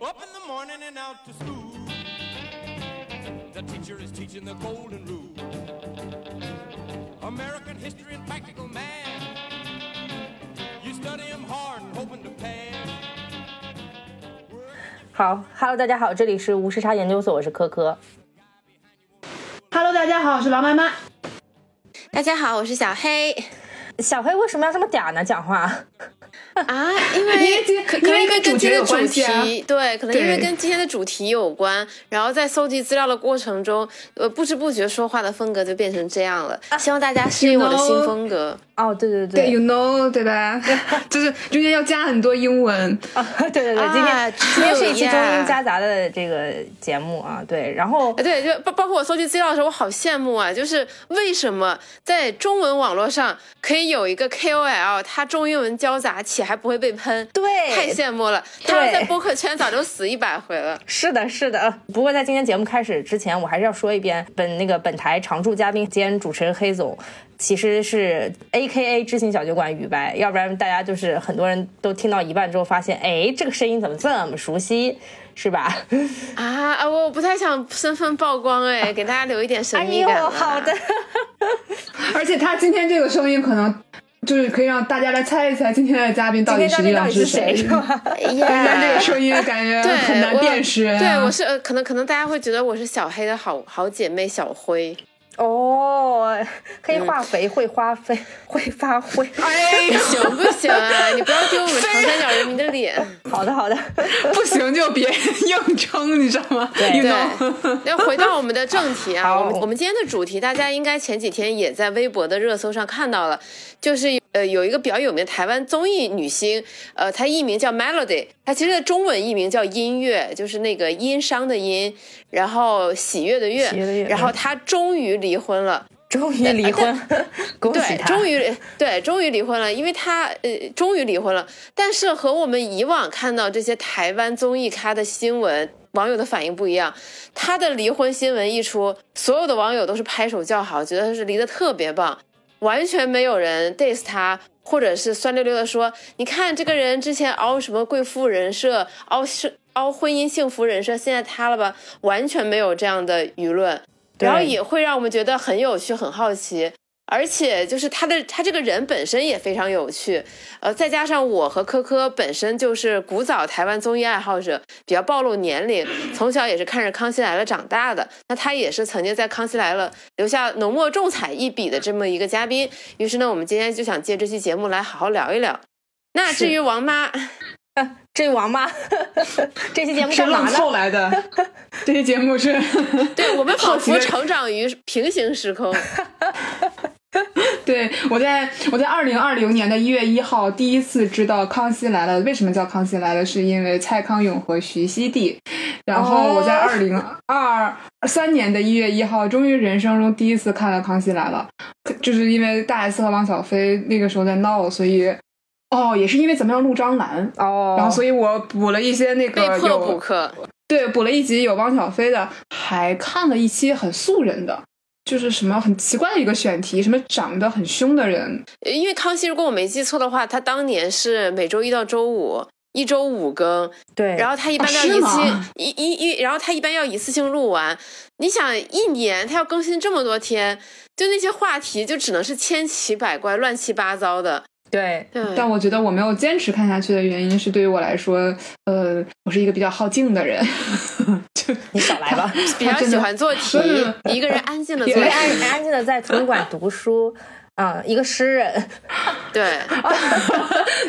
Up in the morning and out to school. The teacher is teaching the golden rule. American history and practical math. You study 'em hard and hoping to pass. 好，Hello，大家好，这里是无时差研究所，我是科科。 Hello，大家好，我是王妈妈。大家好，我是小黑小黑为什么要这么嗲呢？讲话？啊，因为 因为可因可能为因为跟主跟角今天有的主关系啊题，对，可能因为对跟今天的主题有关，然后在搜集资料的过程中，呃，不知不觉说话的风格就变成这样了。希望大家适应我的 You know- 新风格。哦，对对对，you know，对 吧？就是中间要加很多英文。啊， 对对对，啊今天今天是一期 true，中英 yeah 夹杂的这个节目啊，对，然后哎，对，就包包括我搜集资料的时候，我好羡慕啊！就是为什么在中文网络上可以有一个 KOL，他中英文交杂且还不会被喷，对太羡慕了。他要在对播客圈早就死一百回了。是的，是的。不过在今天节目开始之前，我还是要说一遍，本那个本台常驻嘉宾兼主持人黑总，其实是 A K A 知行小酒馆雨白，要不然大家就是很多人都听到一半之后发现，哎，这个声音怎么这么熟悉，是吧？啊啊！我不太想身份曝光哎，给大家留一点神哎秘呦，感、啊好 的，，而且他今天这个声音可能就是可以让大家来猜一猜今天的嘉宾到今底天嘉实际宾到底是谁，。上谁是 吧？ 但他这个声音感觉对，很难哎我辨识啊。对，我是呃，可能可能大家会觉得我是小黑的好好姐妹小灰，哦，黑化肥会花费， 会发灰。 哎呀，行不行啊？你不要丢我 们长三角人民的脸。 好的，好 的。 不行就别硬撑，你知道吗 对？You 对 know，，那回到我们的正题啊，好我们我们今天的主题，大家应该前几天也在微博的热搜上看到了，就是呃有一个比较有名的台湾综艺女星，呃，她艺名叫 Melody，她其实的中文译名叫音乐，就是那个殷商的殷，然后喜悦的悦，喜悦的悦然后她终于离婚了。终于离婚，恭喜对，他！终于对，终于离婚了，因为他呃，终于离婚了。但是和我们以往看到这些台湾综艺咖的新闻，网友的反应不一样。他的离婚新闻一出，所有的网友都是拍手叫好，觉得是离得特别棒，完全没有人 diss 他。或者是酸溜溜的说，你看这个人之前凹什么贵妇人设，凹是凹婚姻幸福人设，现在塌了吧？完全没有这样的舆论，对然后也会让我们觉得很有趣、很好奇。而且就是他的他这个人本身也非常有趣，呃，再加上我和科科本身就是古早台湾综艺爱好者，比较暴露年龄，从小也是看着《康熙来了》长大的。那他也是曾经在《康熙来了》留下浓墨重彩一笔的这么一个嘉宾。于是呢，我们今天就想借这期节目来好好聊一聊。那至于 王妈，至于王妈， 这期节目是干嘛愣呢？凑来的。 这期节目是，对我们好仿奇佛的成长于平行 时空。对我在我在二零二零年的一月一号第一次知道《康熙来了》，为什么叫《康熙来了》？是因为蔡康永和徐熙娣。然后我在哦二零二三年的一月一号，终于人生中第一次看了《康熙来了》，就是因为大 S 和王小飞那个时候在闹，所以哦，也是因为咱们要录张兰。哦，然后，所以我补了一些那被个迫补有课，对补了一集有汪小菲的，还看了一期很素人的，就是什么很奇怪的一个选题，什么长得很凶的人，因为康熙，如果我没记错的话，他当年是每周一到周五。一周五更，对，然后他一般哦要是一次、吗一一一，然后他一般要一次性录完。你想，一年他要更新这么多天，就那些话题就只能是千奇百怪、乱七八糟的。对，对，但我觉得我没有坚持看下去的原因是，对于我来说，呃，我是一个比较好静的人，就你少来吧。 比较真的喜欢做题不是，一个人安静的一做个题人。安安静的在图书馆读 书，啊，一个诗人，对，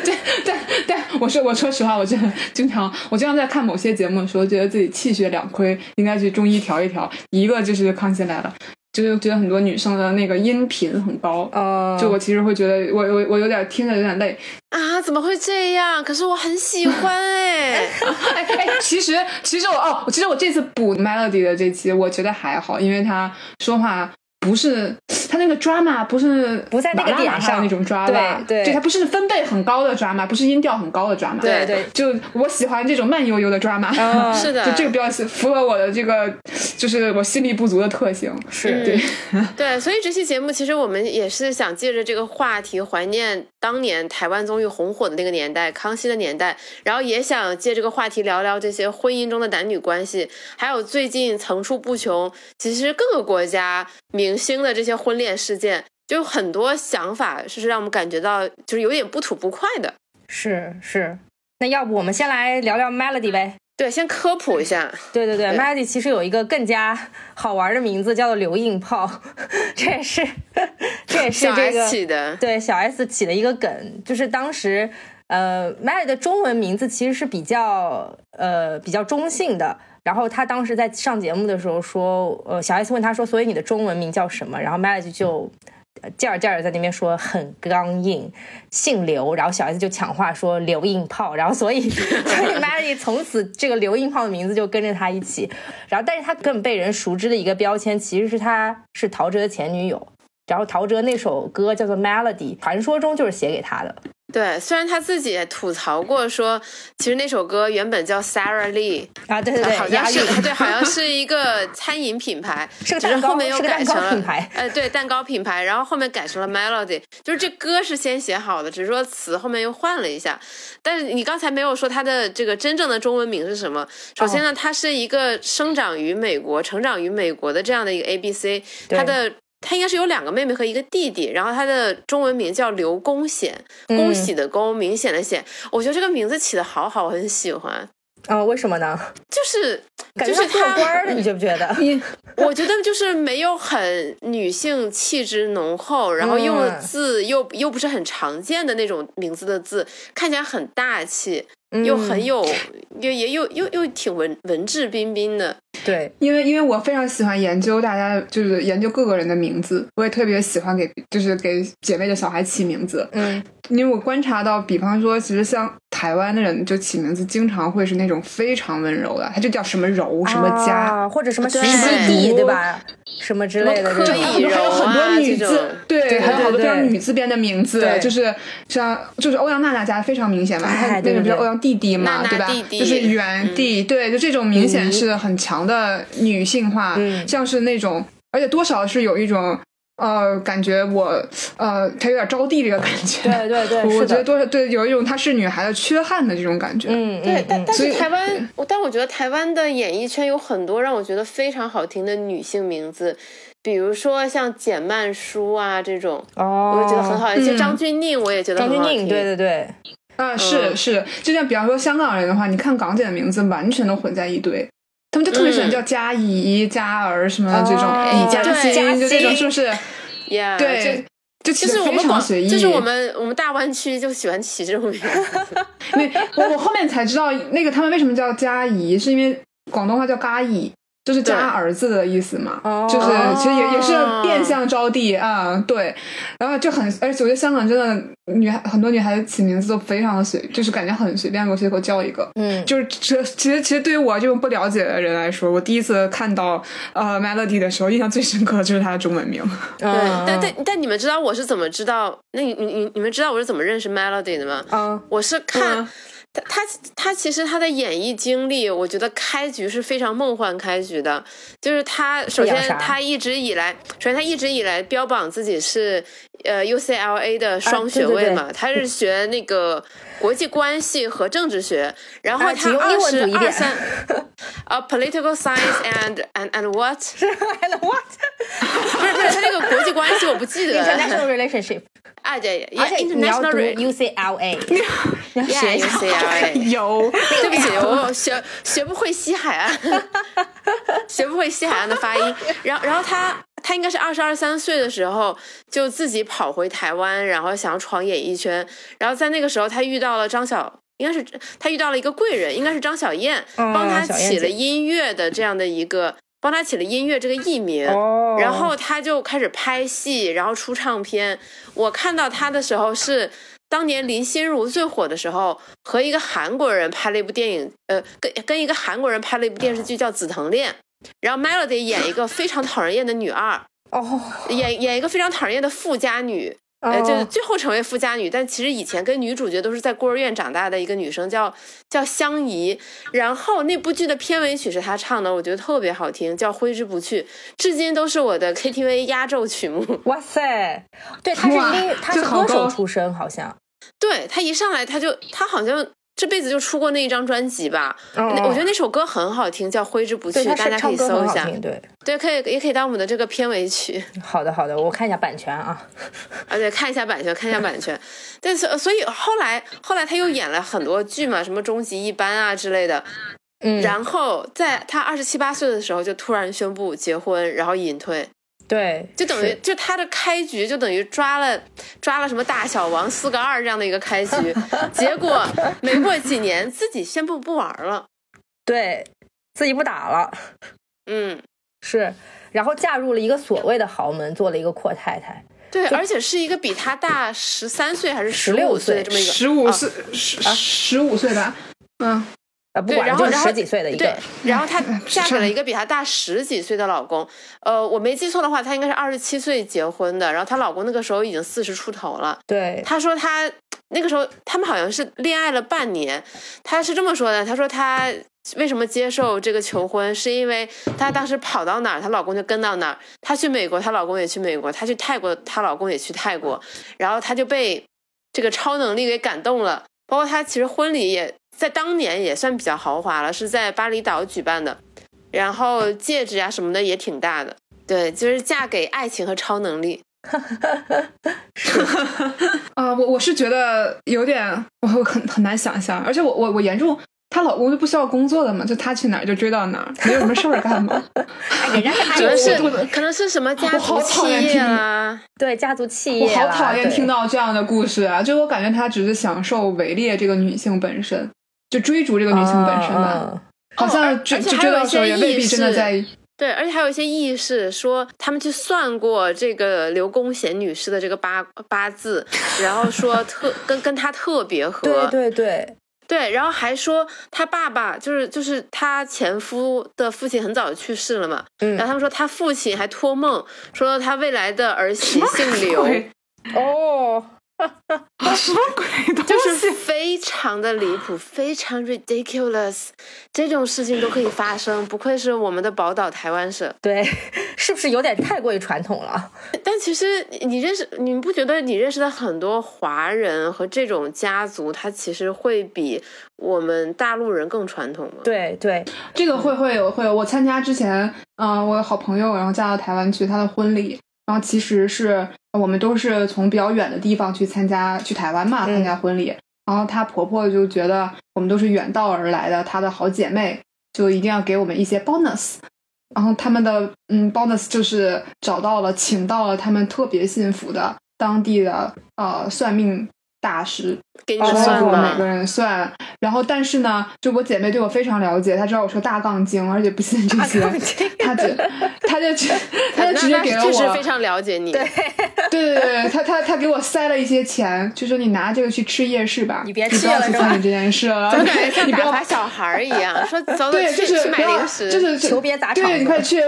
对但但我说我说实话，我真的 经常我经常在看某些节目的时候，觉得自己气血两亏，应该去中医调一调。一个就是《康熙来了》，就是觉得很多女生的那个音频很高。哦，就我其实会觉得我我我有点听着有 点累，啊，怎么会这样？可是我很喜 欢哎、哎哎，其实其实我哦，其实我这次补 Melody 的这期，我觉得还好，因为他说话不是他那个 drama 不是不在那个瓦拉瓦点哈上那种 drama，对对对，它不是分贝很高的 drama，不是音调很高的 drama，对对就我喜欢这种慢悠悠的 drama，、嗯是的啊 就这个比较符合我的这个就是我心力不足的特性，是对， 对，所以这期节目其实我们也是想借着这个话题怀念当年台湾综艺红火的那个年代，康熙的年代，然后也想借这个话题聊聊这些婚姻中的男女关系，还有最近层出不穷，其实各个国家明星的这些婚恋事件，就有很多想法是让我们感觉到就是有点不吐不快的。是是。那要不我们先来聊聊 Melody 呗？对，先科普一下，对对对对 m e l o d y 其实有一个更加好玩的名字，叫做刘硬炮， 这也是 这也 是小这 S 个起的，对小 S 起了一个梗，就是当时呃 m a r y 的中文名字其实是比较呃比较中性的。然后他当时在上节目的时候说，呃，小 S 问他说，所以你的中文名叫什么？然后 m a r y 就呃劲儿劲儿在那边说很刚硬，姓刘。然后小 S 就抢话说刘硬炮。然后所以 所以 m a r y 从此这个刘硬炮的名字就跟着他一起。然后但是他更被人熟知的一个标签，其实是他是陶喆的前女友。然后陶喆那首歌叫做《Melody》，传说中就是写给他的。对，虽然他自己也吐槽过说，其实那首歌原本叫 Sarah Lee，啊，对对对，好像押是韵对，好 像是一个餐饮品牌，是个只是蛋糕后面又是个改蛋糕成了品牌呃，对，蛋糕品牌，然后后面改成了 Melody，就是这歌是先写好的，只是说词后面又换了一下。但是你刚才没有说它的这个真正的中文名是什么？首先呢，哦它是一个生长于美国、成长于美国的这样的一个 A B C，对它的。它应该是有两个妹妹和一个弟弟，然后它的中文名叫刘公显，嗯恭喜的恭，明显的显。我觉得这个名字起的好好，我很喜欢。嗯，为什么呢？就是感就觉是像做官他，儿的，你觉不觉 得？你我觉得就是没有很女性气质浓厚，然后用的嗯字又又不是很常见的那种名字的字，看起来很大气，嗯又很有又也又又又挺文文质彬彬的。对，因为因为我非常喜欢研究大家，就是研究各个人的名字，我也特别喜欢给就是给姐妹的小孩起名字，嗯，因为我观察到，比方说，其实像台湾的人就起名字，经常会是那种非常温柔的，他就叫什么柔什么家。啊或者什么徐对熙娣，对吧？什么之类的这什种么还柯以有柔啊很多女这字种，对，还有好多非对常对女字边的名字对，就是像就是欧阳娜娜家非常明显嘛，哎她对那对种对叫欧阳弟弟娜嘛，娜对吧弟？弟就是元弟，对，就这种明显是很强的女性化嗯，像是那种，而且多少是有一种呃，感觉我呃，她有点招弟这个感觉， 对对对， 我是觉得的，多少对有一种她是女孩的缺憾的这种感觉。嗯，对，嗯但但所是以台湾，我但我觉得台湾的演艺圈有很多让我觉得非常好听的女性名字，比如说像简曼书啊这种，哦，我就觉得很。好。其实嗯张钧甯我也觉得张很钧好甯，听。对对对，啊，是嗯是，就像比方说香港人的话，你看港姐的名字完全都混在一堆，他们就特别喜欢嗯叫佳怡、佳儿什么的这种，哦李嘉对欣就这嘉种，欣是不是？呀，这对。就就起是的我非们常广，随意，就是我们我们大湾区就喜欢起这种名字，那我我后面才知道，那个他们为什么叫佳怡，是因为广东话叫嘎怡，就是对加儿子的意思嘛哦，就是其实也也是哦变相招娣啊、嗯对。然后就很，而且我觉得香港真的女孩很多女孩子起名字都非常的随，就是感觉很随便，我随口叫一个，嗯，就是这其实其实对于我这种不了解的人来说，我第一次看到呃 Melody 的时候，印象最深刻的就是她的中文名。对对，但 嗯但但你们知道我是怎么知道？那你你你你们知道我是怎么认识 Melody 的吗？嗯，我是看嗯他他他其实他的演艺经历，我觉得开局是非常梦幻开局的。就是他首先讲啥他一直以来，首先他一直以来标榜自己是呃 UCLA 的双学位嘛，啊对对对他 是学那个国际关系和政治学，然后啊他请用二英文十读一二遍三啊 political science and and and what 是 and what 不是不是他那个国际关系我不 记得 international relationship， 啊对而，yeah 且你要读 international re- UCLA，你要学 yeah 一下 UCLA 有，啊哎对不起，我学学不会西海岸， 学不会西海岸的发音。然后，然后他他应该是二十二三岁的时候就自己跑回台湾，然后想闯演艺圈。然后在那个时候，他遇到了张小，应该是他遇到了一个贵人，应该是张小燕，嗯帮他小燕起了姐音乐的这样的一个，帮他起了音乐这个艺名。哦，然后他就开始拍戏，然后出唱片。我看到他的时候是当年林心如最火的时候，和一个韩国人拍了一部电影，呃，跟跟一个韩国人拍了一部电视剧叫《紫藤恋》，然后 Melody 演一个非常讨人厌的女二，哦，演演一个非常讨人厌的富家女，呃，哦就是最后成为富家女，但其实以前跟女主角都是在孤儿院长大的一个女生，叫叫香怡。然后那部剧的片尾曲是她唱的，我觉得特别好听，叫《挥之不去》，至今都是我的 KTV 压轴曲目。 哇塞，对，他是哇音，他是这好歌手高出身，好像。对她一上来，她就她好像这辈子就出过那一张专辑吧。哦嗯那我觉得嗯那首歌很好听，叫《挥之不去对，》，他大是家可唱以歌搜很一好下。听，对，对，可以也可以当我们的这个片尾曲。好的好的，我看一下版权啊，而且看一下版权，看一下版权。但是，呃所以后来后来他又演了很多剧嘛，什么终极一班啊之类的。嗯，然后在他二十七八岁的时候，就突然宣布结婚，然后隐退，对，就等于是就他的开局就等于抓了抓了什么大小王四个二这样的一个开 局。结果没过几年，自己宣布不玩了。对自己不打了，嗯，是，然后嫁入了一个所谓的豪门，做了一个阔太太，对，而且是一个比他大十三岁还是十16五岁岁的这么一个十五啊岁十十五岁吧，嗯，啊，不对，管然后就是然后十几岁的一对个，，然后她嫁给了一个比她大十几岁的老公，呃，我没记错的话，她应该是二十七岁结婚的，然后她老公那个时候已经四十出头了。对，她说她那个时候他们好像是恋爱了半年，她是这么说的，她说她为什么接受这个求婚，是因为她当时跑到哪儿，她老公就跟到哪儿，她去美国，她老公也去美国，她去泰国，她老公也去泰国，然后她就被这个超能力给感动了，包括她其实婚礼也在当年也算比较豪华了，是在巴厘岛举办的，然后戒指啊什么的也挺大的。对，就是嫁给爱情和超能力。啊、我我是觉得有点，我我很很难想象，而且我我我严重，她老公就不需要工作的嘛，就她去哪儿就追到哪儿，没有什么事儿干 嘛。哎，人家是 爱可能情我是可能是什么家我族好企讨厌业听你啊，对家族企我业好啦讨厌对听到这样的故事啊！就我感觉她只是享受围猎这个女性本身，就追逐这个女性本身吧。啊嗯嗯好哦而像追而追且还有追到一的时候些也未必意真的识在意。对，而且还有一些意识说他们去算过这个刘公贤女士的这个八八字，然后说特跟跟她特别合，对对对，对，然后还说她爸爸就是就是她前夫的父亲很早就去世了嘛，嗯然后他们说她父亲还托梦说她未来的儿媳姓刘，鬼哦，啊， 什么鬼东就是非常的离谱，非常 ridiculous，这种事情都可以发生，不愧是我们的宝岛台湾省。对， 是不是有点太过于传统了？但其实你你认识，你不觉得你认识的很多华人和这种家族，他其实会比我们大陆人更传统吗？对对，这个会会有会有，我参加之前，嗯、我有好朋友然后嫁到台湾去，她的婚礼，然后其实是我们都是从比较远的地方去参加去台湾嘛嗯参加婚礼，然后她婆婆就觉得我们都是远道而来的，她的好姐妹就一定要给我们一些 bonus。然后他们的嗯 bonus 就是找到了，请到了他们特别信服的当地的呃算命大师，给你包们括算我吗每 个？人哦算。然后，但是呢，就我姐妹对我非常了解，她知道我是个大杠精，而且不信这 些， 她就她就 直她就那直接那给了确实非我，常了解你。对， 对对对，她她她给我塞了一些钱，就说你拿这个去吃夜市吧，你你别不去要了去是参吧与这件事了，怎么感觉 像你不打要发小孩儿一样，说走走对，就去是去不买要零食，就是求别砸场对，你子快去。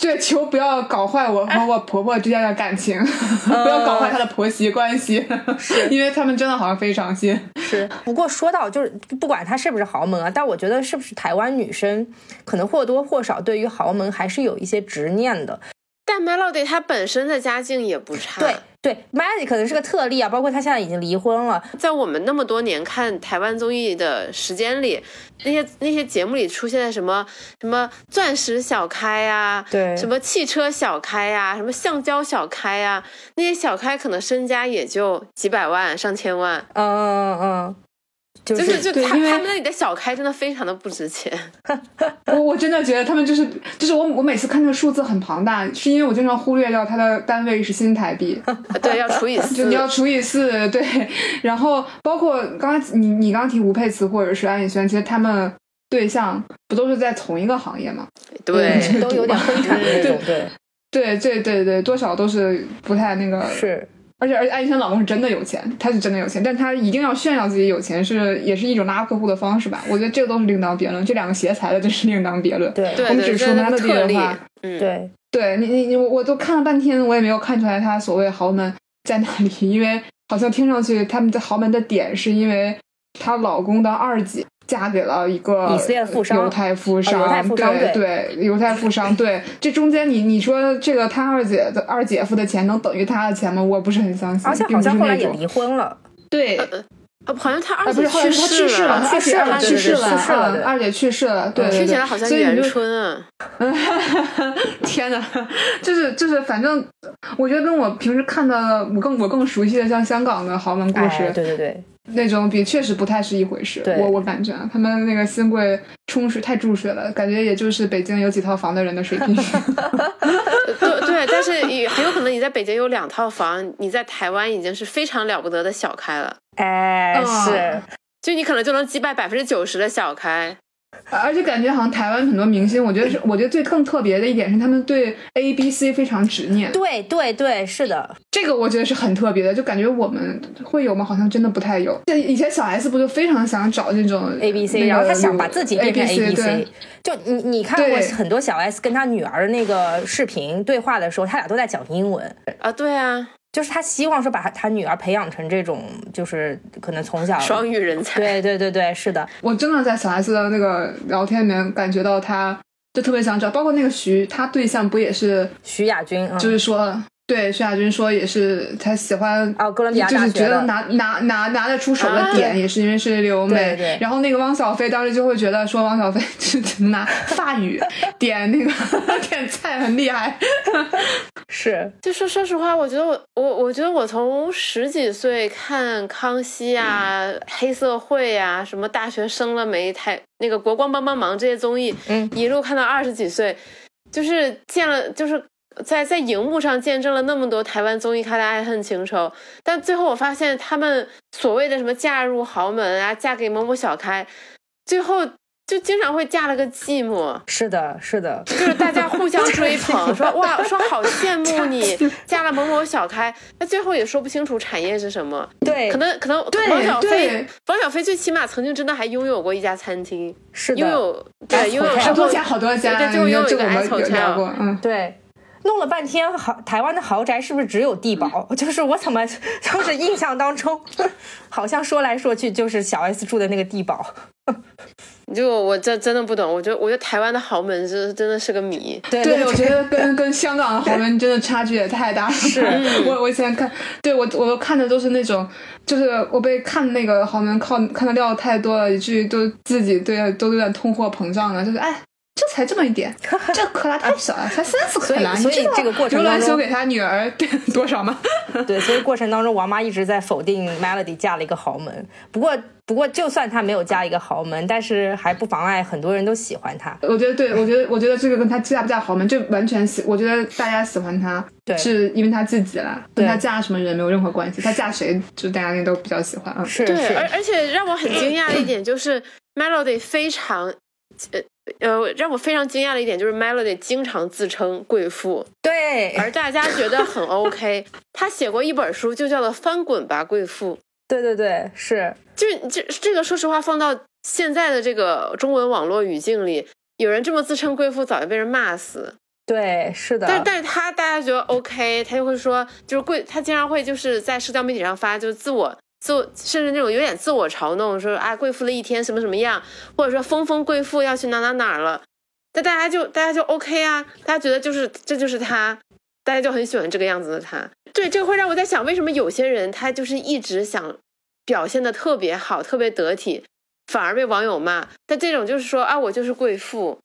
对，求不要搞坏我哎和我婆婆之间的感 情，不要嗯搞坏她的婆媳关系，因为他们真的好像非常信。是。不过说到就是，不管她是不是豪门啊，但我觉得是不是台湾女生，可能或多或少对于豪门还是有一些执念的。但 Melody 她本身的家境也不差。对。嗯对，Magic 可能是个特例啊，包括她现在已经离婚了，在我们那么多年看台湾综艺的时间里，那些那些节目里出现的什么什么钻石小开呀、对什么汽车小开呀、什么橡胶小开呀、那些小开可能身家也就几百万、上千万，嗯嗯嗯，就嗯就是就对他因为他们那里的小开真的非常的不值钱。 我我真的觉得他们就是就是我我每次看这个数字很庞大，是因为我经常忽略掉它的单位是新台币，呃对，要除以 就四你。要除以四， 对。然后包括刚才你你刚提吴佩慈或者是安以轩，其实他们对象不都是在同一个行业吗？对，嗯都有点灰产的那种，对，对对对对，多少都是不太那个。是而且而且安以轩老公是真的有钱，他是真的有钱，但他一定要炫耀自己有钱是也是一种拉客户的方式吧？我觉得这个都是另当别论，这两个邪财的真是另当别论。对对我们只对，说真的 Melody 特的例。话，嗯，对，对你你你我我都看了半天，我也没有看出来他所谓豪门在哪里， 因为好像听上去他们的豪门的点是因为她老公的二姐嫁给了一个以色列富商犹太富商，哦犹太富商对对犹太富商，对这中间你你说这个他二姐的二姐夫的钱能等于他的钱吗？我不是很相信，而且并好不是像后来那也种。离呃婚了，对，啊，好像他啊，二不是，姐后来是他去世了，了，他二姐去世了二姐去世对对对去世了对嗯二姐去世了，对，对听起对来好像所以你元就春啊。 天呐，就是就是，反正我觉得跟我平时看到的，我更我更熟悉的像香港的豪门故事、哎，对对对，那种比，确实不太是一回事对。我我感觉啊，他们那个新贵冲水太注水了，感觉也就是北京有几套房的人的 水平。呃对对，但是也很有可能你在北京有两套房，你在台湾已经是非常了不得的小开了，哎嗯是，就你可能就能击败百分之九十的小开。而且感觉好像台湾很多明星，我觉得是，我觉得最更特别的一点是，他们对 A、B、C 非常执念。对对对，是的，这个我觉得是很特别的，就感觉我们会有吗？好像真的不太有。像以前小 S 不就非常想找那种 A B C，、那个然后他想把自己变成 A ABC B 对 C。就你你看过对很多小 S 跟他女儿那个视频对话的时候，他俩都在讲英文，啊，对啊，就是他希望说把他女儿培养成这种，就是可能从小双语人才。对对对对，是的，我真的在小 S 的那个聊天里面感觉到他就特别想找，包括那个徐，他对象不也是，徐亚军啊，就嗯是说，对徐亚军说也是他喜欢哦哥伦比亚就大是学觉得的，拿拿拿拿得出手啊的点，也是因为是留美。对对然后那个汪小菲当时就会觉得说汪小菲 是怎么拿法语点那个 点菜很厉害，是就是说实话，我觉得我我我觉得我从十几岁看《康熙》啊、黑社会》啊、什么《大学生了没》、台那个《国光帮帮忙》这些综艺，嗯一路看到二十几岁，就是见了，就是在在荧幕上见证了那么多台湾综艺咖的爱恨情仇，但最后我发现他们所谓的什么嫁入豪门啊、嫁给某某小开，最后就经常会嫁了个寂寞。是的是的，就是大家互相追捧， 说哇，说好羡慕你嫁了某某小开，那最后也说不清楚产业是什么，对可，能可能对王小飞对，王小飞最起码曾经真的还拥有过一家餐厅，是拥的，有对拥好有好然哎多后家好多对家，对最后你又有一这个个我们 S 有聊 hotel 过，嗯。对。弄了半天，豪台湾的豪宅是不是只有地 堡？就是我怎么就是印象当中， 好像说来说去就是小 S 住的那个地堡。就我这真的不懂，我觉得我觉得台湾的豪门是真的是个谜，对对，对，我觉得跟跟香港的豪门真的差距也太大了。是 我我以前看，对我我都看的都是那种，就是我被看那个豪门靠看的料太多了，以至于都自己对都有点通货膨胀了，就是哎。这才这么一点，这克拉太小了，才三十克拉。所以你知道所以这个过程刘当兰中修给他女儿对多少吗？对，所以过程当中，王妈一直在否定 Melody 嫁了一个豪门。不过，不过，就算她没有嫁一个豪门，但是还不妨碍很多人都喜欢她。我觉得对，我觉得我觉得这个跟他嫁不嫁豪门，这完全喜，我觉得大家喜欢他对，是因为他自己啦，对跟他嫁什么人没有任何关系，他嫁谁就大家应该都比较喜欢啊。是对，而是，而且让我很惊讶的一点就是 Melody 非常呃呃让我非常惊讶的一点就是 Melody 经常自称贵妇，对，而大家觉得很 OK。他 写过一本书，就叫做《翻滚吧，贵妇对对对，是》。就是这这个，说实话，放到现在的这个中文网络语境里，有人这么自称贵妇，早就被人骂死。对是的。但但是他大家觉得 OK，他就会说，就是贵，他经常会就是在社交媒体上发，就是自我。自我甚至那种有点自我嘲弄，说啊贵妇的一天什么什么样，或者说峰峰贵妇要去哪哪哪儿了，但大家就大家就 OK 啊，大家觉得就是这就是他，大家就很喜欢这个样子的他。对，这个会让我在想，为什么有些人他就是一直想表现的特别好，特别得体，反而被网友骂。但这种就是说啊，我就是贵妇，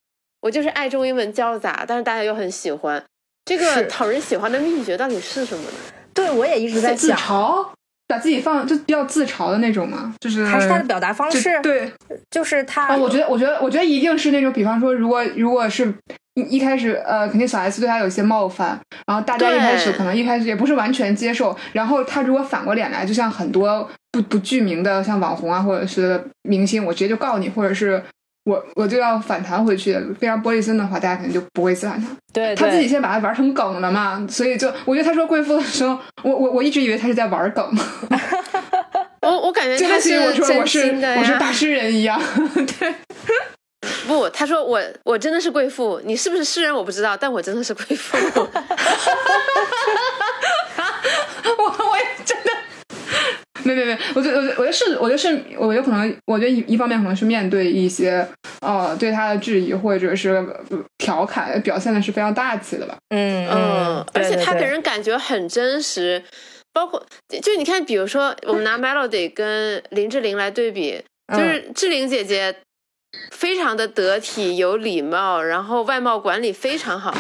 我就是爱中英文交杂，但是大家又很喜欢。这个是讨人喜欢的秘诀到底是什么呢？对我也一直在自想，嘲，把自己放就比较自嘲的那种嘛，就是还是她的表达方嗯就式，对就是她啊，我觉得，我觉得，我觉得一定是那种，比方说，如果如果是一一开始，呃，肯定小 S 对他有一些冒犯，然后大家对一开始可能一开始也不是完全接受，然后他如果反过脸来，就像很多不不具名的像网红啊，或者是明星，我直接就告你，或者是。我我就要反弹回去，非常玻璃心的话，大家肯定就不会反弹。对他自己对，先把它玩成梗了嘛，所以就我觉得他说贵妇的时候，我我我一直以为他是在玩梗，我我感觉就他类似于我说我真是 心的我是呀大，诗人一样，对，不，他说我我真的是贵妇，你是不是诗人我不知道，但我真的是贵 妇。 我我也真的。没没没，我觉得我觉得我觉得是，我觉得是，我觉得可能，我觉得一一方面可能是面对一些呃对他的质疑或者是呃调侃，表现的是非常大气的吧。嗯嗯， 而且他本给人人感觉很真实，包括就你看，比如说我们拿 Melody 跟林志玲来对比，嗯就是嗯志玲姐姐非常的得体、有礼貌，然后外貌管理非常好，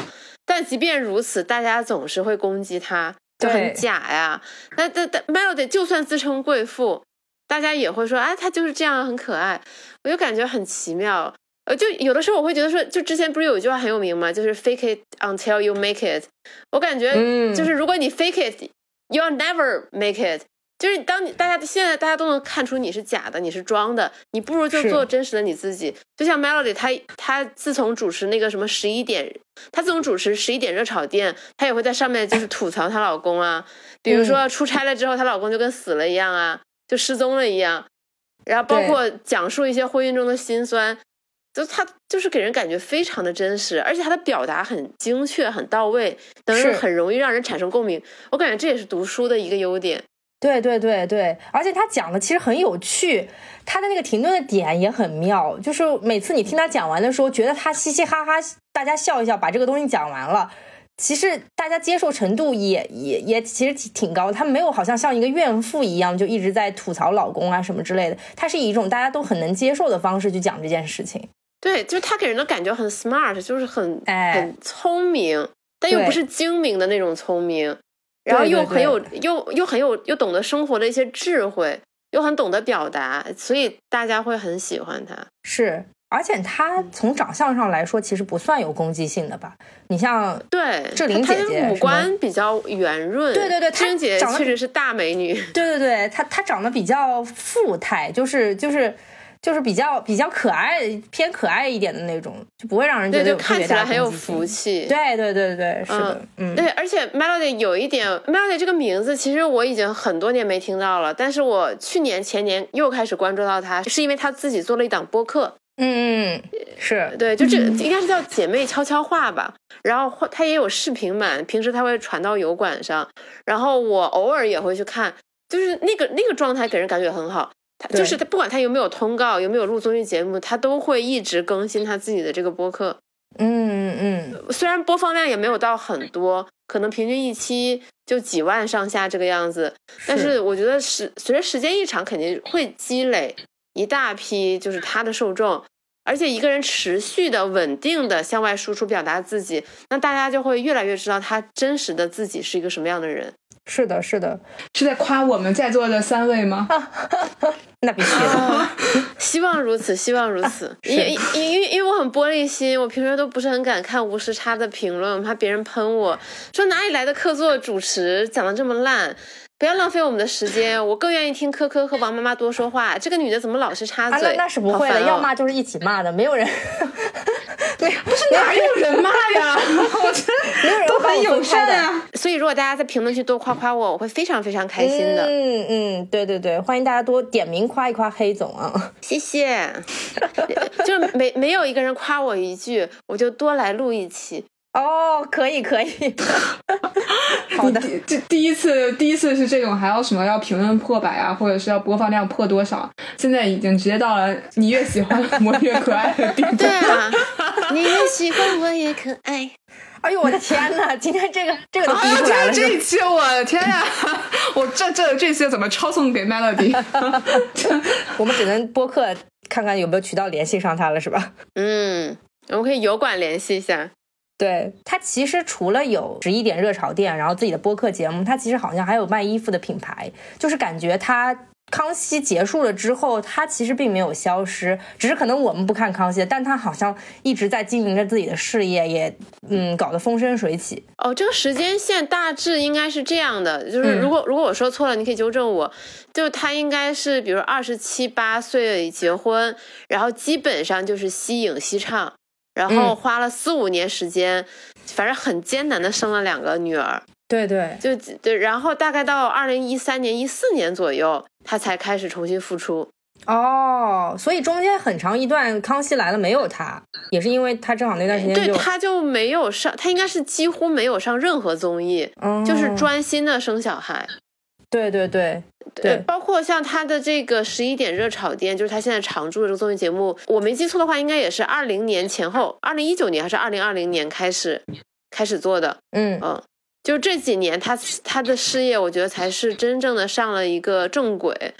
但即便如此，大家总是会攻击她，就对很假呀。那那那 Melody 就算自称贵妇，大家也会说，哎，她就是这样，很可爱。我就感觉很奇妙。呃，就有的时候我会觉得说，就之前不是有一句话很有名嘛，就是 fake it until you make it。我感觉嗯就是如果你 fake it, you'll never make it。就是当你大家现在大家都能看出你是假的，你是装的，你不如就是做真实的你自己。就像 Melody，她她自从主持那个什么十一点，她自从主持十一点热炒店，她也会在上面就是吐槽她老公啊，比嗯如说出差了之后，她老公就跟死了一样啊，就失踪了一样。然后包对括讲述一些婚姻中的辛酸，就他就是给人感觉非常的真实，而且他的表达很精确、很到位，能是很容易让人产生共鸣。我感觉这也是读书的一个优点。对对对对，而且他讲的其实很有趣，他的那个停顿的点也很妙，就是每次你听他讲完的时候，觉得他嘻嘻哈哈，大家笑一笑，把这个东西讲完了。其实大家接受程度也也也其实挺挺高，他没有好像像一个怨妇一样就一直在吐槽老公啊什么之类的，他是以一种大家都很能接受的方式去讲这件事情。对，就是他给人的感觉很 smart，就是很、哎很聪明，但又对不是精明的那种聪明，然后对对又很有又又很有又懂得生活的一些智慧，又很懂得表达，所以大家会很喜欢他。是，而且他从长相上来说，其实不算有攻击性的吧？你像对，志玲她姐她姐五是官比较圆润，对对对她志玲姐姐长得确实是大美女。对对对，她她长得比较富态，就是就是就是比较比较可爱，偏可爱一点的那种，就不会让人觉对，得就有特看别起大来的很有攻击性福。气。对对对对，是的，嗯，对，而且 Melody 有一点，Melody 这个名字其实我已经很多年没听到了，但是我去年前年又开始关注到她，是因为她自己做了一档播客，嗯嗯，是，对，就这嗯应该是叫姐妹悄悄话吧。然后她也有视频版，平时她会传到油管上，然后我偶尔也会去看，就是那个那个状态给人感觉很好。她对就是她，不管她有没有通告，有没有录综艺节目，她都会一直更新她自己的这个播客。嗯嗯嗯，虽然播放量也没有到很多，可能平均一期就几万上下这个样子，但是我觉得时随着时间一长，肯定会积累一大批就是他的受众，而且一个人持续的稳定的向外输出表达自己，那大家就会越来越知道他真实的自己是一个什么样的人。是的，是的，是在夸我们在座的三位吗？那必须啊的，嗯希望如此，希望如此。因因因因因为我很玻璃心，我平时都不是很敢看无时差的评论，我怕别人喷我说哪里来的客座主持讲的这么烂，不要浪费我们的时间。我更愿意听科科和王妈妈多说话。这个女的怎么老是插啊，嘴？那那是不会好的，烦哦要骂就是一起骂的，没有人， 没有，不是哪有人骂呀？我真没有人 都会把很我友分开善的。啊。所以如果大家在评论区多夸夸我，我会非常非常开心的。嗯嗯，对对对，欢迎大家多点名夸一夸黑总啊！谢谢， 就没没有一个人夸我一句，我就多来录一期。哦，可以可以，好的，第这第一次，第一次是这种，还要什么要评论破百啊，或者是要播放量破多少？现在已经直接到了你越喜欢 我越可爱的地步。对啊，你越喜欢我也可爱。哎呦我的天 呐，今天这个这个都啊！逼出来了，这一期，我的天呀！ 我这这这期怎么抄送给 Melody？ 我们只能播客看看有没有渠道联系上他了，是吧？嗯，我们可以油管联系一下。 对他其实除了有十一点热潮店，然后自己的播客节目，他其实好像还有卖衣服的品牌，就是感觉他。康熙结束了之后，他其实并没有消失，只是可能我们不看康熙，但他好像一直在经营着自己的事业，也嗯搞得风生水起。哦，这个时间线大致应该是这样的，就是如果、如果我说错了，你可以纠正我。就是他应该是，比如二十七八岁结婚，然后基本上就是吸影吸唱，然后嗯花了四五年时间，反正很艰难的生了两个女儿，对对，就对，然后大概到二零一三年一四年左右，他才开始重新复出。哦，所以中间很长一段《康熙来了》没有他，也是因为他正好那段时间对就，他就没有上，他应该是几乎没有上任何综艺，嗯就是专心的生小孩。对对对对呃包括像他的这个十一点热炒店，就是他现在常驻的这个综艺节目，我没记错的话，应该也是二零年前后，二零一九年还是二零二零年开始开始做的。嗯嗯，就这几年他他的事业，我觉得才是真正的上了一个正轨。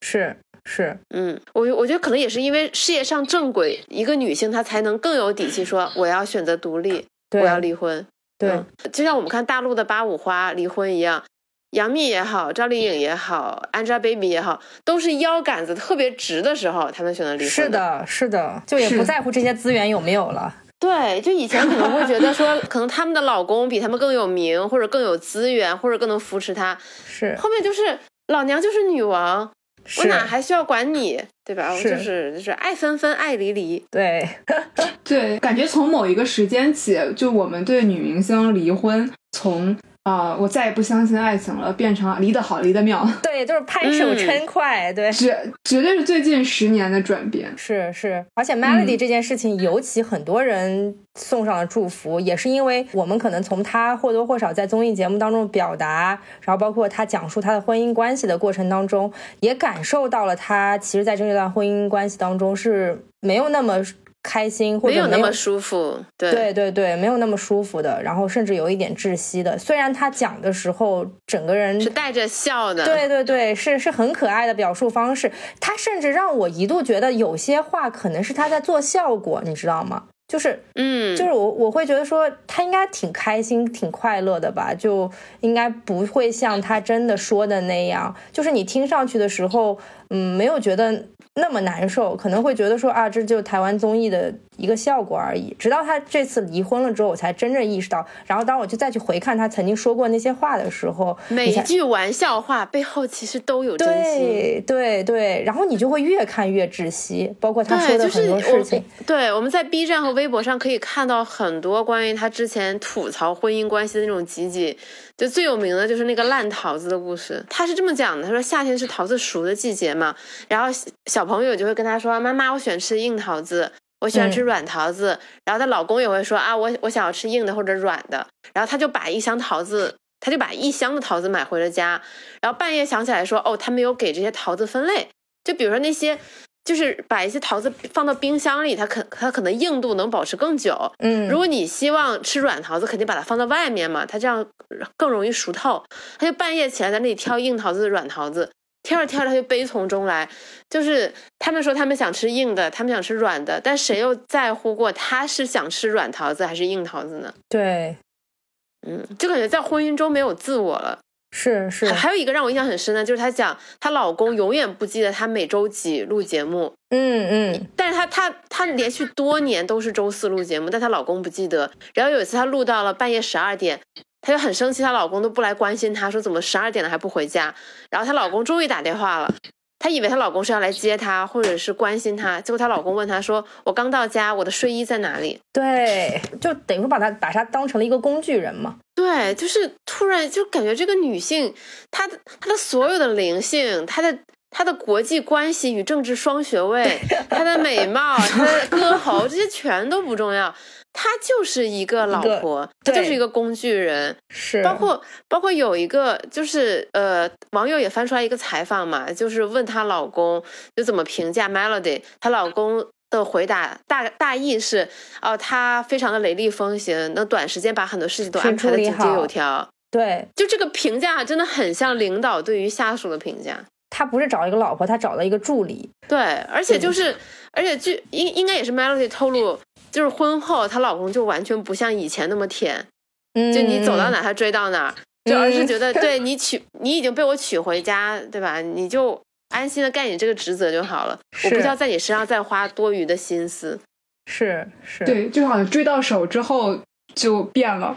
是是，嗯，我我觉得可能也是因为事业上正轨，一个女性她才能更有底气说我要选择独立，对我要离婚。对、嗯就像我们看大陆的八五花离婚一样，杨幂也好，赵丽颖也好，Angelababy 也好，都是腰杆子特别直的时候，他们选择离婚。是，的，是的，就也是不在乎这些资源有没有了。对，就以前可能会觉 得说，可能他们的老公比他们更有名，或者更有资源，或者更能扶持她。是后面就是老娘就是女王，我是，哪还需要管你，对吧？我是就是就是爱分分，爱离离。对， 对，感觉从某一个时间起，就我们对女明星离婚从。啊、我再也不相信爱情了，变成离得好，离得妙，对，就是拍手嗯称快， 对，绝绝对是最近十年的转变。是是，而且 Melody 嗯这件事情，尤其很多人送上了祝福，也是因为我们可能从她或多或少在综艺节目当中表达，然后包括她讲述她的婚姻关系的过程当中，也感受到了她其实在这段婚姻关系当中是没有那么开心，或者没有那没么有舒服，对对对对，没有那么舒服的，然后甚至有一点窒息的。虽然他讲的时候，整个人是带着笑的，对对对，是是很可爱的表述方式。他甚至让我一度觉得有些话可能是他在做效果，你知道吗？就是嗯，就是我我会觉得说他应该挺开心、挺快乐的吧，就应该不会像他真的说的那样，就是你听上去的时候，嗯，没有觉得那么难受，可能会觉得说啊，这就是台湾综艺的一个效果而已。直到他这次离婚了之后，我才真正意识到。然后当我就再去回看他曾经说过那些话的时候，每你一才句玩笑话背后其实都有真心。对对对，然后你就会越看越窒息，包括他说对，的就是很多事情。我，对，我们在 B 站和微博上可以看到很多关于他之前吐槽婚姻关系的那种集锦，就最有名的就是那个烂桃子的故事。他是这么讲的：他说夏天是桃子熟的季节嘛，然后小小朋友就会跟他说：“妈妈，我喜欢吃硬桃子，我喜欢吃嗯软桃子。然后她老公也会说：“啊，我我想要吃硬的或者软的。”然后他就把一箱桃子。他就把一箱的桃子买回了家，然后半夜想起来说，哦，他没有给这些桃子分类，就比如说那些，就是把一些桃子放到冰箱里，它可它可能硬度能保持更久。嗯，如果你希望吃软桃子，肯定把它放到外面嘛，它这样更容易熟透。他就半夜起来在那里挑硬桃子、软桃子，挑着挑着他就悲从中来。就是他们说他们想吃硬的，他们想吃软的，但谁又在乎过他是想吃软桃子还是硬桃子呢？对，嗯，就感觉在婚姻中没有自我了。是是，还有一个让我印象很深的，就是她讲她老公永远不记得她每周几录节目，嗯嗯，但是她她她连续多年都是周四录节目，但她老公不记得。然后有一次她录到了半夜十二点，她就很生气，她老公都不来关心她，说怎么十二点了还不回家。然后她老公终于打电话了，她以为她老公是要来接她或者是关心她，结果她老公问她说：“我刚到家，我的睡衣在哪里对，就等于说把他把他当成了一个工具人嘛。？”对，就是突然就感觉这个女性，她的她的所有的灵性，她的。她的国际关系与政治双学位，她的美貌，她的歌喉，这些全都不重要。她就是一个老一个婆，她就对是一个工具人。是，包括包括有一个就是呃，网友也翻出来一个采访嘛，就是问她老公就怎么评价 Melody，她老公。的回答大大意是，哦、她非常的雷厉风行，能短时间把很多事情都是安排的处理井井有好条。对就这个评价真的很像领导对于下属的评价。他不是找一个老婆，他找了一个助理。对，而且就是，而且据应应该也是 Melody 透露，就是婚后她老公就完全不像以前那么甜，嗯，就你走到哪儿他追到哪儿，就而是嗯觉 得对你娶你已经被我娶回家，对吧？你就安心的干你这个职责就好了，我不是需要在你身上再花多余的心思。是是，对，就好像追到手之后就变了，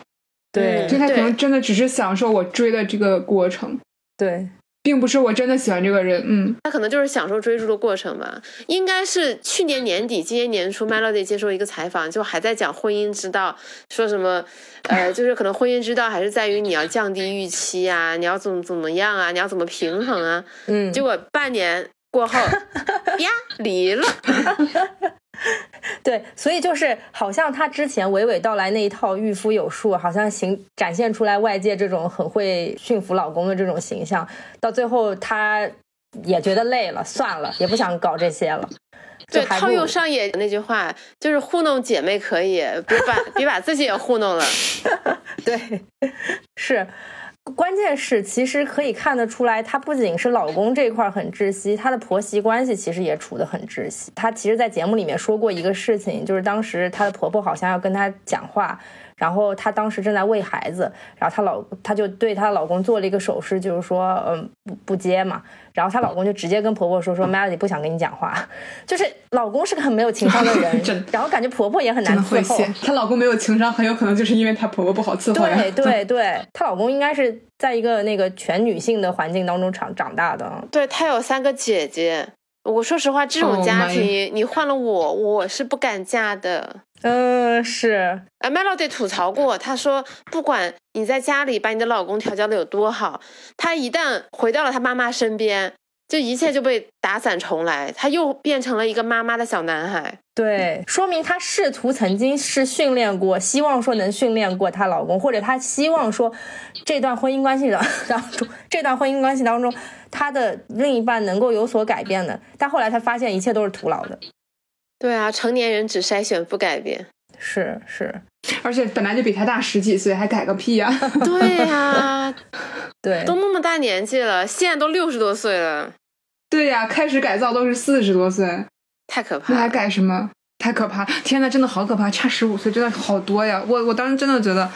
对就嗯他可对能真的只是享受我追的这个过程，对并不是我真的喜欢这个人。嗯，他可能就是享受追逐的过程吧。应该是去年年底、今年年初，Melody 接受一个采访，就还在讲婚姻之道，说什么呃，就是可能婚姻之道还是在于你要降低预期啊，你要怎么怎么样啊，你要怎么平衡啊。嗯，结果半年 过后呀离了，对，所以就是好像他之前娓娓道来那一套御夫有术，好像形展现出来外界这种很会驯服老公的这种形象，到最后他也觉得累了，算了，也不想搞这些了。对，就还不套用上野那句话，就是糊弄姐妹可以，别把别把自己也糊弄了。对，是。关键是，其实可以看得出来，她不仅是老公这一块儿很窒息，她的婆媳关系其实也处得很窒息。她其实，在节目里面说过一个事情，就是当时她的婆婆好像要跟她讲话，然后她当时正在喂孩子，然后她老她就对她老公做了一个手势，就是说，嗯，不不接嘛。然后她老公就直接跟婆婆说说，Melody 不想跟你讲话。 就是老公是个很没有情商的 真的人，然后感觉婆婆也很真难的伺会候。谢。她老公没有情商，很有可能就是因为她婆婆不好伺候呀。对 对对，她老公应该是在一个那个全女性的环境当中长长大的啊。 对她有三个姐姐，我说实话，这种 Oh 家 my 庭、你换了我，我是不敢嫁的。嗯，是啊，Melody 吐槽过，她说不管你在家里把你的老公调教的有多好，她一旦回到了她妈妈身边，就一切就被打散重来，她又变成了一个妈妈的小男孩。对，说明她试图曾经是训练过，希望说能训练过她老公，或者她希望说这段婚姻关系当当中，这段婚姻关系当中，她的另一半能够有所改变的，但后来她发现一切都是徒劳的。对啊，成年人只筛选不改变。是是，而且本来就比她大十几岁，还改个屁啊 呀、 对呀，对，都那么大年纪了，现在都六十多岁了，对呀、开始改造都是四十多岁，太可那怕还了。改什么？太可怕！天呐，真的好可怕，差十五岁真的好多呀！我我当时真的觉得，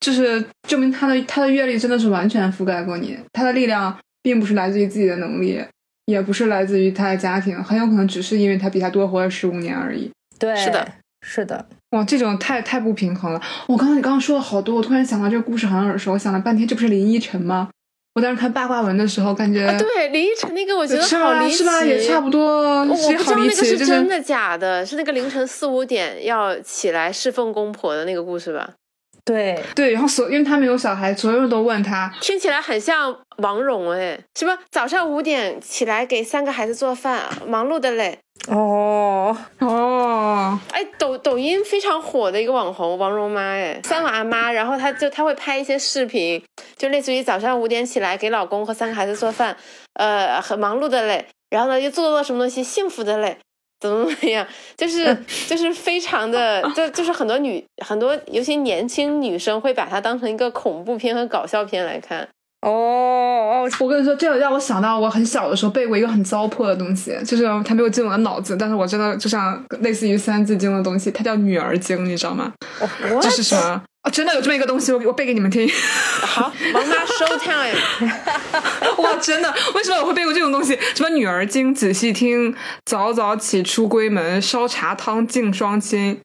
就是证明她的她的阅历真的是完全覆盖过你，她的力量并不是来自于自己的能力，也不是来自于她的家庭，很有可能只是因为她比她多活了十五年而已。对，是的，是的，哇，这种太太不平衡了！我刚刚你刚刚说了好多，我突然想到这个故事很耳熟，我想了半天，这不是林依晨吗？我当时看八卦文的时候，感觉、啊，对，林依晨那个我觉得是好吧？离奇，是吧？也差不多，啊我是不知好道离那个奇，是就是真的假的，是那个凌晨四五点要起来侍奉公婆的那个故事吧？对，对。然后所，因为他没有小孩，所有人都问他，听起来很像王蓉哎，什么早上五点起来给三个孩子做饭，忙碌的嘞。哦，哦，哎，抖抖音非常火的一个网红王蓉妈哎，三娃妈，然后她就她会拍一些视频，就类似于早上五点起来给老公和三个孩子做饭，呃，很忙碌的嘞，然后呢又做做什么东西，幸福的嘞。 怎么怎么样，就是就是非常 的，就就是很多女很多，尤其年轻女生会把它当成一个恐怖片和搞笑片来看。哦哦，我跟你说，这个让我想到我很小的时候背过一个很糟粕的东西，就是它没有进我的脑子，但是我知道，就像类似于《三字经》的东西，它叫《女儿经》，你知道吗？哦我这是什么？啊，真的有这么一个东西，我我背给你们听。好，王妈 show time。 哇，真的，为什么我会背过这种东西？什么《女儿经》，仔细听，早早起出闺门，烧茶汤敬双亲，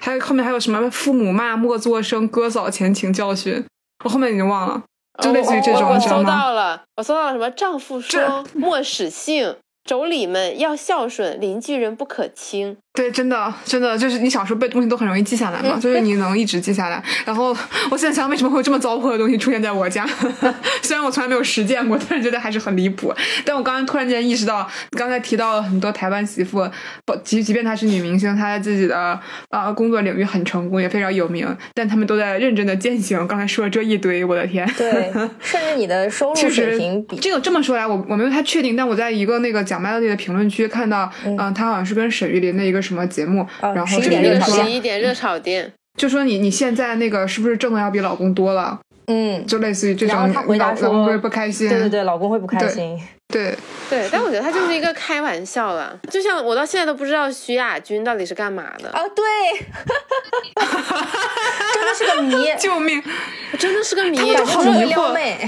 还有后面还有什么父母骂莫作声，哥嫂前情教训，我后面已经忘了，就类似于这哦我种，我你知道搜吗？到了，我搜到了什么？丈夫说莫使性，妯娌们要孝顺，邻居人不可亲。对，真的，真的，就是你小时候背东西都很容易记下来嘛，就是你能一直记下来。然后我现在想，为什么会有这么糟粕的东西出现在我家？ 虽然我从来没有实践过，但是觉得还是很离谱。但我刚刚突然间意识到，刚才提到了很多台湾媳妇，不，即即便她是女明星，她在自己的呃工作领域很成功，也非常有名，但她们都在认真的践行刚才说的这一堆。我的天，对，甚至你的收入确水实平比，这个这么说来，我我没有太确定，但我在一个那个讲 Melody 的评论区看到，嗯、他好像是跟沈玉琳的一个什么节目，啊然后11沈点玉那热个琳炒店十说，一点热炒店，就说你你现在那个是不是挣的要比老公多了？嗯，就类似于这种，然后他回答老说老公会不开心？对对对，老公会不开对心。对对，但我觉得他就是一个开玩笑了。就像我到现在都不知道徐亚军到底是干嘛啊的，哦，对， 真的是个谜， 救命！我真的是个谜。感觉好是个迷惑撩妹。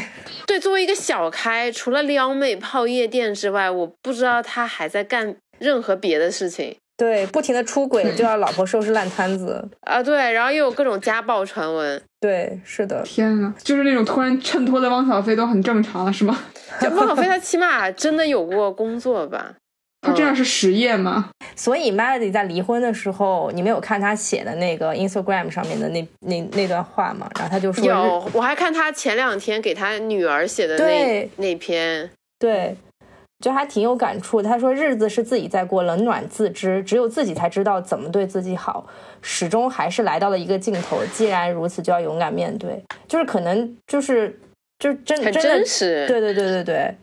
对，作为一个小开，除了撩妹泡夜店之外，我不知道他还在干任何别的事情。对，不停的出轨就要老婆收拾烂摊子。啊，对，然后又有各种家暴传闻，对，是的，天呐，就是那种突然衬托的汪小菲都很正常了，是吗？就孟小飞他起码真的有过工作吧？他这嗯样是实业吗？所以 Melody 在离婚的时候，你们有看她写的那个 Instagram 上面的那那那段话吗？然后她就说日，有，我还看他前两天给他女儿写的那对那篇，对，就还挺有感触。他说：“日子是自己在过，冷暖自知，只有自己才知道怎么对自己好。始终还是来到了一个尽头，既然如此，就要勇敢面对。就是可能就是就真很真的真实，对对对对对，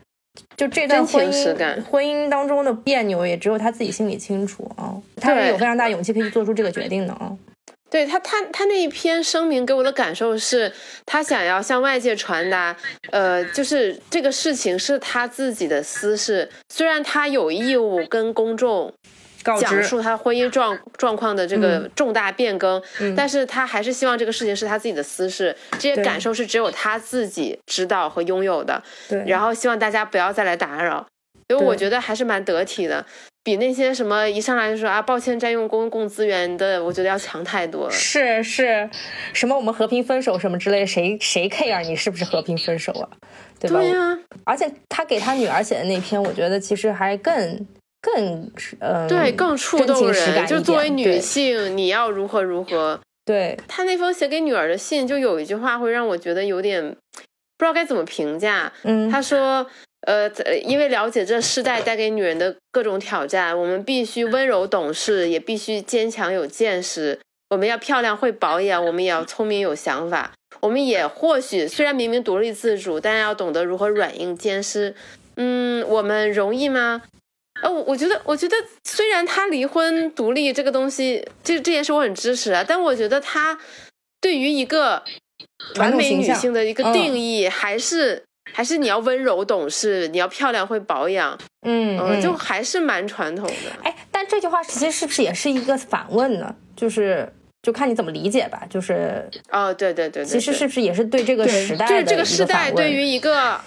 就这段婚真情实感姻婚姻当中的别扭，也只有他自己心里清楚啊。他对是有非常大勇气可以做出这个决定的啊。对他，他他那一篇声明给我的感受是，他想要向外界传达，呃，就是这个事情是他自己的私事，虽然他有义务跟公众告讲知述他婚姻状状况的这个重大变更，嗯但是他还是希望这个事情是他自己的私事，这些对感受是只有他自己知道和拥有的，对，然后希望大家不要再来打扰。所以对我觉得还是蛮得体的，比那些什么一上来就说啊抱歉占用公共资源的，我觉得要强太多了。是是，什么我们和平分手什么之类，谁谁 care 你是不是和平分手啊？对吧？对呀、而且他给他女儿写的那篇，我觉得其实还更更嗯，对，更触真情动实感人。一就作为点女对性，你要如何如何？对她那封写给女儿的信，就有一句话会让我觉得有点不知道该怎么评价。嗯，她说：“呃，呃因为了解这世代带给女人的各种挑战，我们必须温柔懂事，也必须坚强有见识。我们要漂亮会保养，我们也要聪明有想法。我们也或许虽然明明独立自主，但要懂得如何软硬兼施。嗯，我们容易吗？呃，我我觉得，我觉得虽然他离婚独立这个东西，这这件事我很支持啊，但我觉得他对于一个传完统美形女象性的一个嗯定义，还是还是你要温柔懂事，你要漂亮会保养，嗯嗯，就还是蛮传统的。哎，但这句话其实是不是也是一个反问呢？就是。就看你怎么理解吧，就是哦，对对对对，其实对是不是也是对这个对时代就是这的个一时代反对问于一个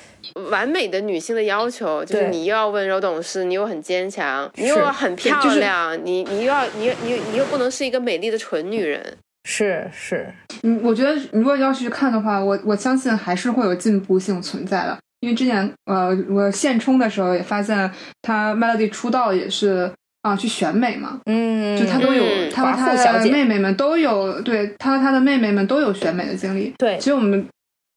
完美的女性的要求，就是对你又要温柔懂事，你又很坚强，你又是要很漂就是亮，你你又要你你你又不能是一个美丽的纯女人。是是嗯，我觉得如果要去看的话，我我相信还是会有进步性存在的。因为之前呃，我现充的时候也发现，他 Melody 出道也是啊、去选美嘛，嗯，就他都有，嗯他和华富他小的姐妹妹们都有，对他和他的妹妹们都有选美的经历。对其实我们，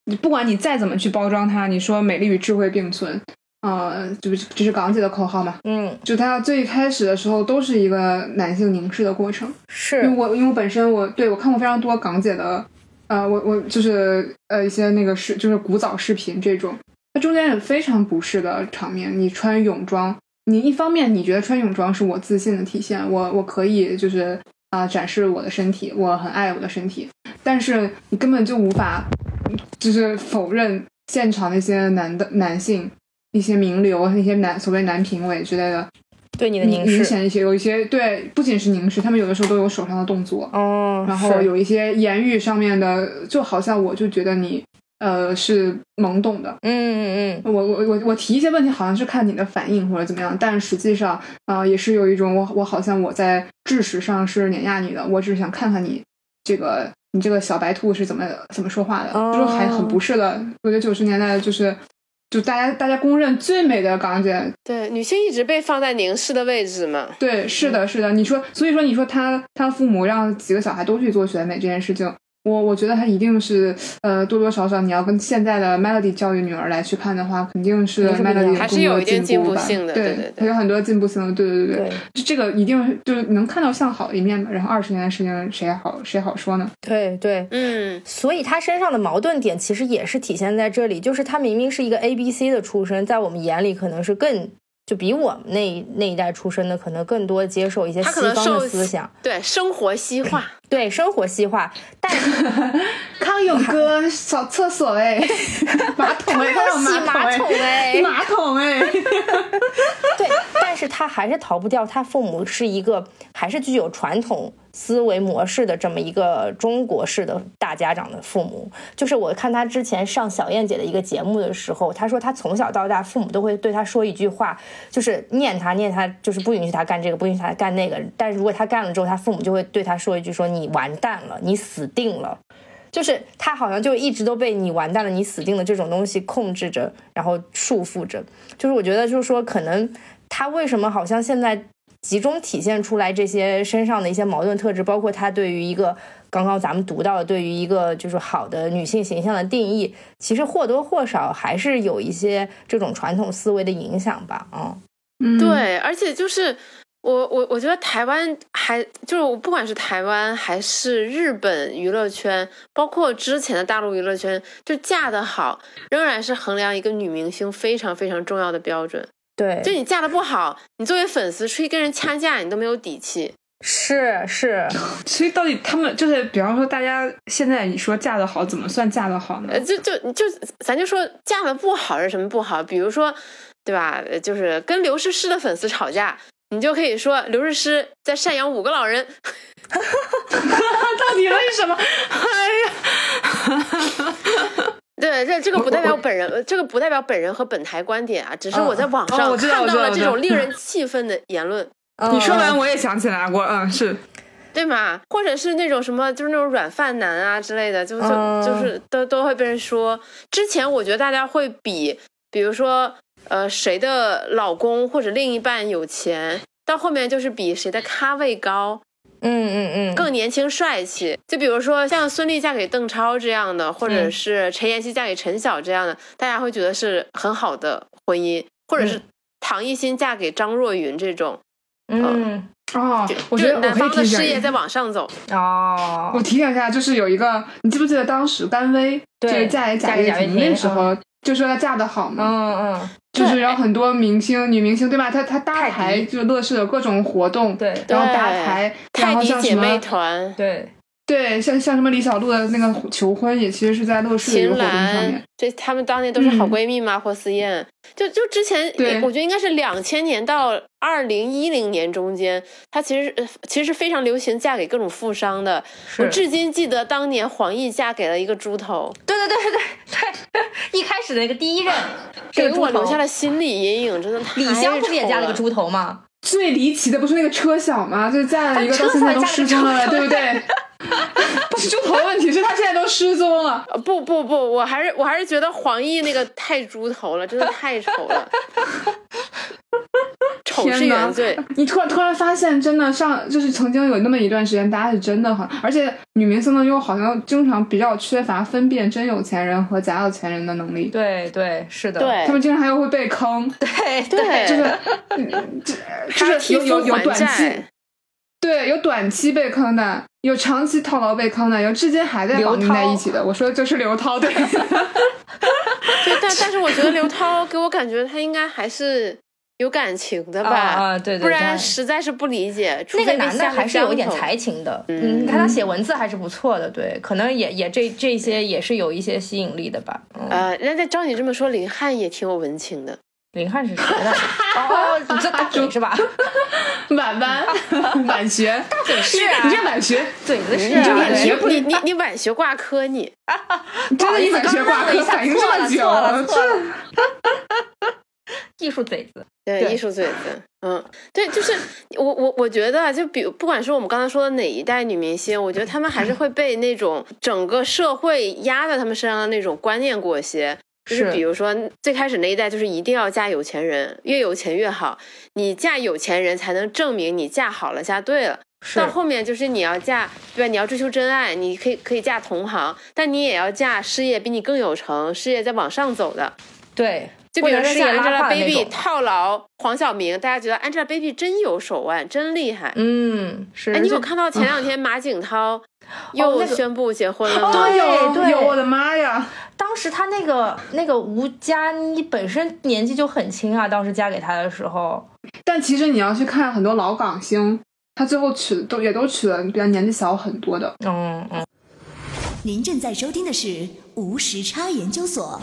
你不管你再怎么去包装它，你说美丽与智慧并存，呃，这不是这是港姐的口号嘛？嗯就它最开始的时候都是一个男性凝视的过程。因是为我因为我本身我对我看过非常多港姐的，呃，我我就是呃一些那个视就是古早视频这种，它中间有非常不适的场面。你穿泳装，你一方面你觉得穿泳装是我自信的体现，我我可以就是啊、展示我的身体，我很爱我的身体，但是你根本就无法就是否认现场那些男的男性。一些名流，那些男所谓男评委之类的，对你的明凝明视，显一些，有一些对，不仅是凝视，他们有的时候都有手上的动作，哦，然后是有一些言语上面的，就好像我就觉得你呃是懵懂的，嗯嗯我我我我提一些问题，好像是看你的反应或者怎么样，但实际上啊、呃也是有一种我我好像我在知识上是碾压你的，我只是想看看你这个你这个小白兔是怎么怎么说话的，哦就是还很不是的。我觉得九十年代就是就大家大家公认最美的港姐，对，女性一直被放在凝视的位置嘛。对，是的，是的。你说，所以说，你说他他父母让几个小孩都去做选美这件事情，我我觉得他一定是呃多多少少，你要跟现在的 Melody 教育女儿来去看的话，肯定是还是不一样 Melody 还是有一定进进步吧性的对对对对还有很多进步性的，对对对对这这个一定是就是能看到向好的一面吧。然后二十年的事情，谁好谁好说呢？对对。嗯，所以他身上的矛盾点其实也是体现在这里，就是他明明是一个 A B C 的出身，在我们眼里可能是更就比我们那一那一代出身的可能更多接受一些她可西能方受的思想，对，生活西化。对生活西化，但是康永哥 扫厕所哎，马桶哎，他有没有马桶洗马桶哎，对，但是他还是逃不掉，他父母是一个还是具有传统思维模式的这么一个中国式的大家长的父母。就是我看他之前上小燕姐的一个节目的时候，他说他从小到大父母都会对他说一句话，就是念他念他，就是不允许他干这个，不允许他干那个。但如果他干了之后，他父母就会对他说一句说你完蛋了，你死定了。就是他好像就一直都被你完蛋了、你死定了这种东西控制着，然后束缚着。就是我觉得，就是说，可能他为什么好像现在集中体现出来这些身上的一些矛盾特质，包括他对于一个刚刚咱们读到的对于一个就是好的女性形象的定义，其实或多或少还是有一些这种传统思维的影响吧，嗯。嗯，对，而且就是我我我觉得台湾还就是我不管是台湾还是日本娱乐圈，包括之前的大陆娱乐圈，就嫁得好仍然是衡量一个女明星非常非常重要的标准。对，就你嫁得不好，你作为粉丝出去跟人掐架，你都没有底气。是是，所以到底他们就是，比方说大家现在你说嫁得好，怎么算嫁得好呢呃，？就就就咱就说嫁得不好是什么不好？比如说，对吧？呃就是跟刘诗诗的粉丝吵架，你就可以说刘诗诗在赡养五个老人，到底为什么？哎呀，对，这这个不代表本人，呃这个不代表本人和本台观点啊，只是我在网上哦我知道看到我知道了我知这道种令人气愤的言论，你说完我我也想起来过，嗯，是对吗？或者是那种什么，就是那种软饭男啊之类的，就就嗯啊就是都都会被人说。之前我觉得大家会比，比如说呃谁的老公或者另一半有钱，到后面就是比谁的咖位高，嗯嗯嗯，更年轻帅气。就比如说像孙俪嫁给邓超这样的，或嗯者是陈妍希嫁给陈晓这样的，大家会觉得是很好的婚姻，或者嗯是唐艺昕嫁给张若昀这种，嗯哦就，我觉得就我男可以方的提事醒业一在下，往上走。哦我，提醒一下，就是有一个，你记不记得当时甘薇对就是嫁给嫁贾给跃贾跃亭亭那时候，就说她嫁得好嘛，嗯嗯，就是有很多明星，女明星对吧？她她搭泰台就乐视的各种活动，对然后对搭台，然泰后迪像姐什妹么团，对，对，像像什么李小璐的那个求婚，也其实是在乐视的一个秦活动上面岚。，这她们当年都是嗯好闺蜜嘛，霍思燕。就就之前对，我觉得应该是两千年到二零一零年中间，她其实呃其实非常流行嫁给各种富商的。我是，至今记得当年黄奕嫁给了一个猪头，对对对对对对，一开始的那个第一任，给这个猪我留头下了心理阴影，真的太李湘不丑是也嫁了了个？猪头吗？最离奇的不是那个车晓吗？就是嫁了一个啊到现在都车晓失踪了，嫁对了个不 对？不是猪头的问题，是他现在都失踪了。呃不不不，我还是我还是觉得黄奕那个太猪头了，真的太丑 了。丑是天哪原罪，！你突然突然发现，真的上就是曾经有那么一段时间，大家是真的很，而且女明星呢又好像经常比较缺乏分辨真有钱人和假有钱人的能力，对对，是的，对他们经常还会被坑，对对， 就是嗯就是替有有夫有还短债期。，对，有短期被坑的，有长期套牢被坑的，有至今还在绑定在一起的。我说的就是刘涛，对，对，但但是我觉得刘涛 给我感觉他应该还是有感情的吧，啊啊对对不他然实在是不理解。除那个非被男的下了还是有一降点头才情的，嗯嗯，看他写文字还是不错的，对，可能也也这这些也是有一些吸引力的吧。嗯，呃，人家照你这么说，林汉也挺有文情的。林汉是谁呢？哦，你这大嘴是吧？ 晚班 晚学，是啊你这晚学，嘴子是你啊，这对晚学不你你你晚学挂科你，你真的一晚学挂科，不好反意应思这刚刚愣么了一下久，错了错了错了 这艺术嘴子，对对艺术嘴子，嗯，对，就是我我我觉得啊，就比不管是我们刚才说的哪一代女明星，我觉得她们还是会被那种嗯整个社会压在她们身上的那种观念裹挟。就是是比如说最开始那一代，就是一定要嫁有钱人，越有钱越好。你嫁有钱人才能证明你嫁好了，嫁对了。是到后面就是你要嫁，对吧？你要追求真爱，你可以可以嫁同行，但你也要嫁事业比你更有成，事业在往上走的。对，就不比如能说是一个像拉胯的那 Angelababy 种。套牢黄晓明，大家觉得 Angelababy 真有手腕，真厉害。嗯，是。哎，你有就看到前两天马景涛哦又那个哦宣布结婚了吗？对有对有，我的妈呀！当时他那个那个吴佳妮本身年纪就很轻啊，当时嫁给他的时候，但其实你要去看很多老港星，他最后娶的都也都娶了比他年纪小很多的。嗯嗯，您正在收听的是无时差研究所。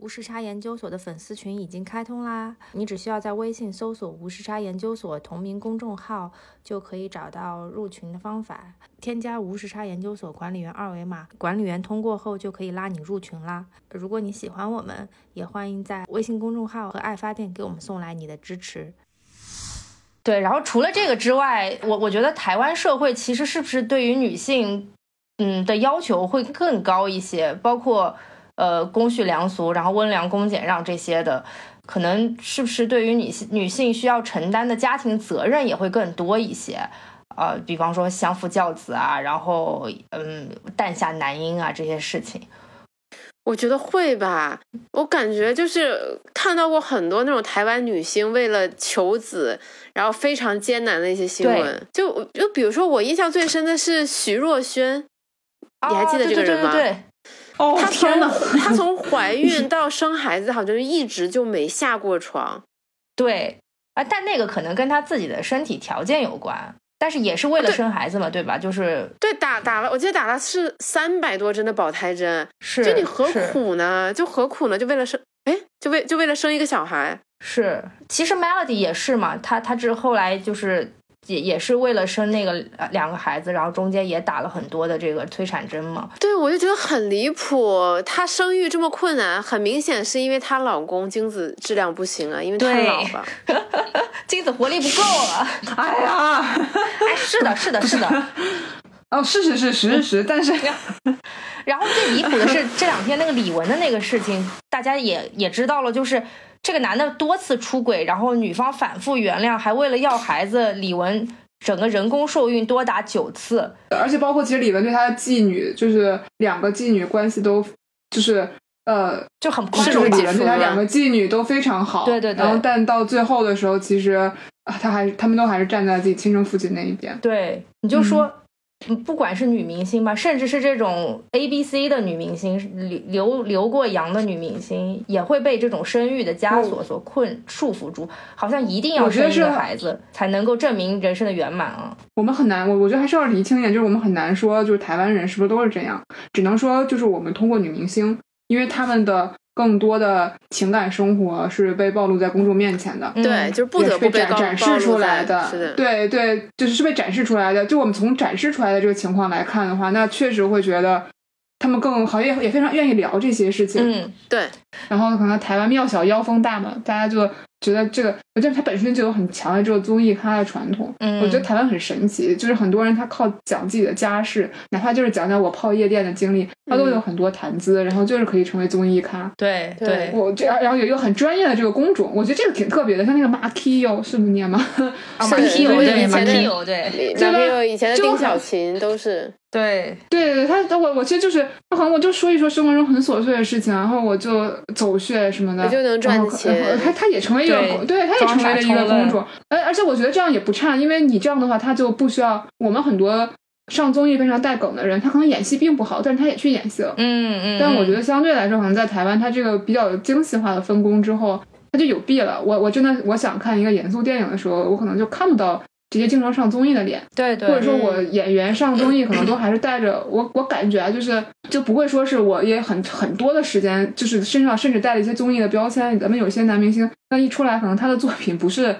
无时差研究所的粉丝群已经开通啦！你只需要在微信搜索“无时差研究所”同名公众号，就可以找到入群的方法。添加无时差研究所管理员二维码，管理员通过后就可以拉你入群啦。如果你喜欢我们，也欢迎在微信公众号和爱发电给我们送来你的支持。对。然后除了这个之外，我我觉得台湾社会其实是不是对于女性，嗯的要求会更高一些，包括呃公序良俗，然后温良恭俭让这些的，可能是不是对于女性女性需要承担的家庭责任也会更多一些。呃，比方说相夫教子啊，然后嗯，诞下男婴啊这些事情。我觉得会吧，我感觉就是看到过很多那种台湾女星为了求子，然后非常艰难的一些新闻。就就比如说，我印象最深的是徐若瑄，你还记得这个人吗？哦、对对对对哦，她天从哪！她从怀孕到生孩子，好像一直就没下过床。对啊，但那个可能跟她自己的身体条件有关，但是也是为了啊对生孩子嘛，对吧？就是对，打打了，我记得打了是三百多针的保胎针，是就你何是苦呢？就何苦呢？就为了生，哎，就为就为了生一个小孩。是，其实 Melody 也是嘛，她她之后来就是也也是为了生那个呃两个孩子，然后中间也打了很多的这个催产针嘛。对，我就觉得很离谱。她生育这么困难，很明显是因为她老公精子质量不行啊，因为太对老了。精子活力不够了，哎呀， 哎，是的，是的，是 的。哦，是是是是是是，但是然后最离谱的是这两天那个李玟的那个事情，大家也也知道了，就是这个男的多次出轨，然后女方反复原谅，还为了要孩子，李玟整个人工受孕多达九次。而且包括其实李玟对她的妓女，就是两个妓女关系都就是呃，就很宽是容种吧李解玟对除她吗两个妓女都非常好，对对对然后但到最后的时候，其实啊她还她们都还是站在自己亲生父亲那一边。对，你就说，嗯不管是女明星吧，甚至是这种 A B C 的女明星，留留留过洋的女明星，也会被这种生育的枷锁所困束缚住，好像一定要嗯我觉得生一个是孩子才能够证明人生的圆满啊。我们很难，我我觉得还是要厘清一点，就是我们很难说，就是台湾人是不是都是这样，只能说就是我们通过女明星，因为她们的更多的情感生活是被暴露在公众面前的，嗯对，就是不嗯也得是不被被展告展暴示露出来在是的，对对，就是是被展示出来的。就我们从展示出来的这个情况来看的话，那确实会觉得他们更好像也也非常愿意聊这些事情。嗯，对，然后可能台湾庙小妖风大嘛，大家就觉得这个，我觉得它本身就有很强的这个综艺咖的传统。嗯我觉得台湾很神奇，就是很多人他靠讲自己的家事，哪怕就是讲讲我泡夜店的经历，他嗯都有很多谈资，然后就是可以成为综艺咖。对对，我这然后有一个很专业的这个工种，我觉得这个挺特别的，像那个马 k 哟，是不 是念吗？啊哦马屁友对对对，以马前的屁友对李对男吧朋友以前的就丁很小琴都是，对，对对，他我我其实就是，可能我就说一说生活中很琐碎的事情，然后我就走穴什么的，我就能赚然后钱然后他他也成为一个对，对，他也成为了装一傻充个愣公众，而而且我觉得这样也不差，因为你这样的话，他就不需要我们很多上综艺非常带梗的人，他可能演戏并不好，但是他也去演戏了。嗯嗯，但我觉得得相对来说，可能在台湾，它这个比较有精细化的分工之后，它就有弊了。我我真的我想看一个严肃电影的时候，我可能就看不到这些经常上综艺的脸。对或者对，说我演员上综艺可能都还是带着我，我感觉啊，就是就不会说是我也很很多的时间，就是身上甚至带了一些综艺的标签。咱们有些男明星，那一出来可能他的作品不是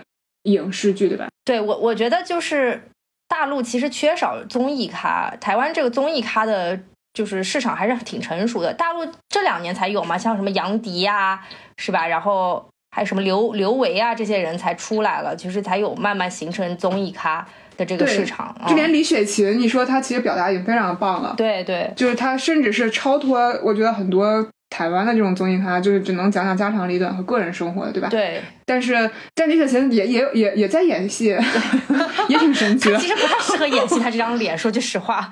影视剧，对吧？对我我觉得就是大陆其实缺少综艺咖，台湾这个综艺咖的。就是市场还是挺成熟的，大陆这两年才有嘛，像什么杨迪呀、是吧？然后还有什么刘刘维啊，这些人才出来了，就是才有慢慢形成综艺咖的这个对市场。就连嗯、李雪琴，你说她其实表达已经非常棒了，对对就是她甚至是超脱，我觉得很多台湾的这种综艺咖，就是只能讲讲家长里短和个人生活的，对 吧？。对，但是但李雪琴也也也也在演戏， 也挺神奇的。其实不太适合演戏，他这张脸，说句实话，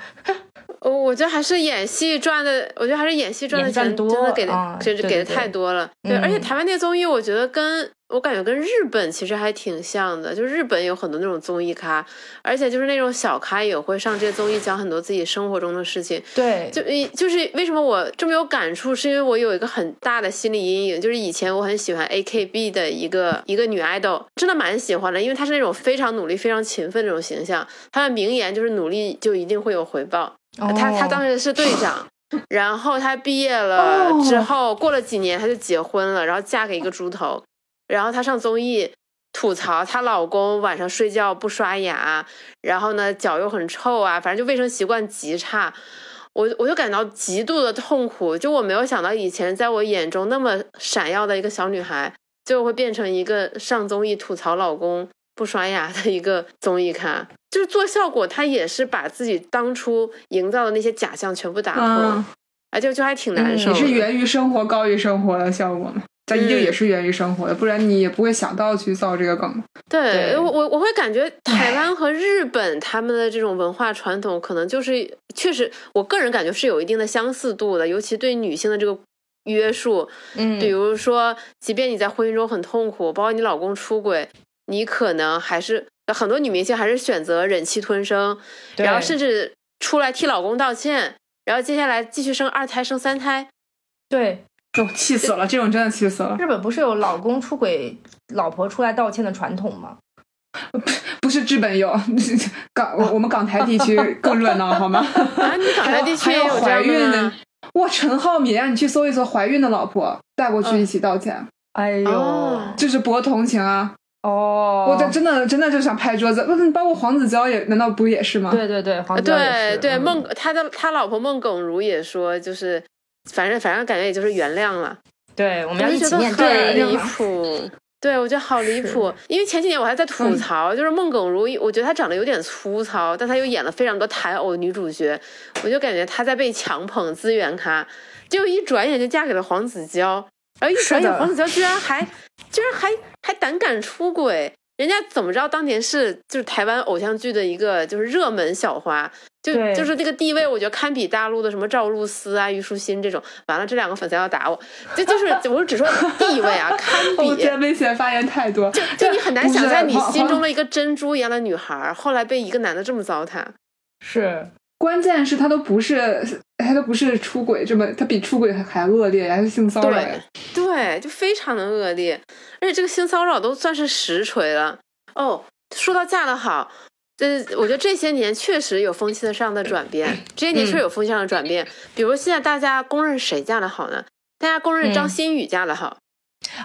哦，我觉得还是演戏赚的，我觉得还是演戏赚的演戏赚钱多真的给啊的，这对对给的对太多了。对，而且嗯台湾那综艺，我觉得跟我感觉跟日本其实还挺像的，就日本有很多那种综艺咖，而且就是那种小咖也会上这些综艺，讲很多自己生活中的事情。 对，就一就是为什么我这么有感触，是因为我有一个很大的心理阴影，就是以前我很喜欢 A K B 的一个一个女 idol，真的蛮喜欢的，因为她是那种非常努力、非常勤奋的那种形象。她的名言就是努力就一定会有回报。哦她她当时是队长。然后她毕业了哦之后，过了几年她就结婚了，然后嫁给一个猪头。然后她上综艺吐槽她老公晚上睡觉不刷牙，然后呢脚又很臭啊，反正就卫生习惯极差。我我就感到极度的痛苦，就我没有想到以前在我眼中那么闪耀的一个小女孩，最后会变成一个上综艺吐槽老公不刷牙的一个综艺咖。就是做效果，她也是把自己当初营造的那些假象全部打破，嗯啊，就就还挺难嗯受也的。是源于生活高于生活的效果嘛。但嗯一定也是源于生活的，不然你也不会想到去造这个梗嘛。对对我我我会感觉台湾和日本他们的这种文化传统，可能就是确实，我个人感觉是有一定的相似度的，尤其对女性的这个约束，嗯，比如说，即便你在婚姻中很痛苦，包括你老公出轨，你可能还是很多女明星还是选择忍气吞声，对然后甚至出来替老公道歉，然后接下来继续生二胎、生三胎。对，哦，气死了，这种真的气死了。日本不是有老公出轨老婆出来道歉的传统吗？不是日本有， 港我我们港台地区更热闹好吗？啊，你港台地区还也有还有这怀样孕的的吗？，哇，陈浩民啊，你去搜一搜怀孕的老婆带过嗯去一起道歉，哎呦，哦就是博同情啊！哦，我这真的真的就想拍桌子，嗯，包括黄子佼也，难道不也是吗？对对对，黄子佼也啊对是对，嗯孟他的他老婆孟耿如也说，就是反正反正感觉也就是原谅了。对，我们要我一就觉起得面很对离谱。 对，我觉得好离谱，因为前几年我嗯还在吐槽，就是孟耿如，我觉得她长得有点粗糙，但她又演了非常多台偶女主角，我就感觉她在被强捧资源咖，结果一转眼就嫁给了黄子佼，然后一转眼是的黄子佼居然还居然还还胆敢出轨，人家怎么着当年是就是台湾偶像剧的一个就是热门小花，就对就是那个地位，我觉得堪比大陆的什么赵露思啊、虞书欣这种。完了，这两个粉丝要打我，就就是我只说地位啊，堪哦，我比觉。得危险发言太多，就就你很难想象你心中的。的一个珍珠一样的女孩，后来被一个男的这么糟蹋。是，关键是他都不是，他都不是出轨这么，他比出轨还恶劣，还是性骚扰呀。对对，就非常的恶劣，而且这个性骚扰都算是实锤了。哦，说到嫁得好，这我觉得这些年确实有风气上的转变，这些年确实有风气上的转变。比如现在大家公认谁嫁得好呢？大家公认张嗯馨予嫁得好，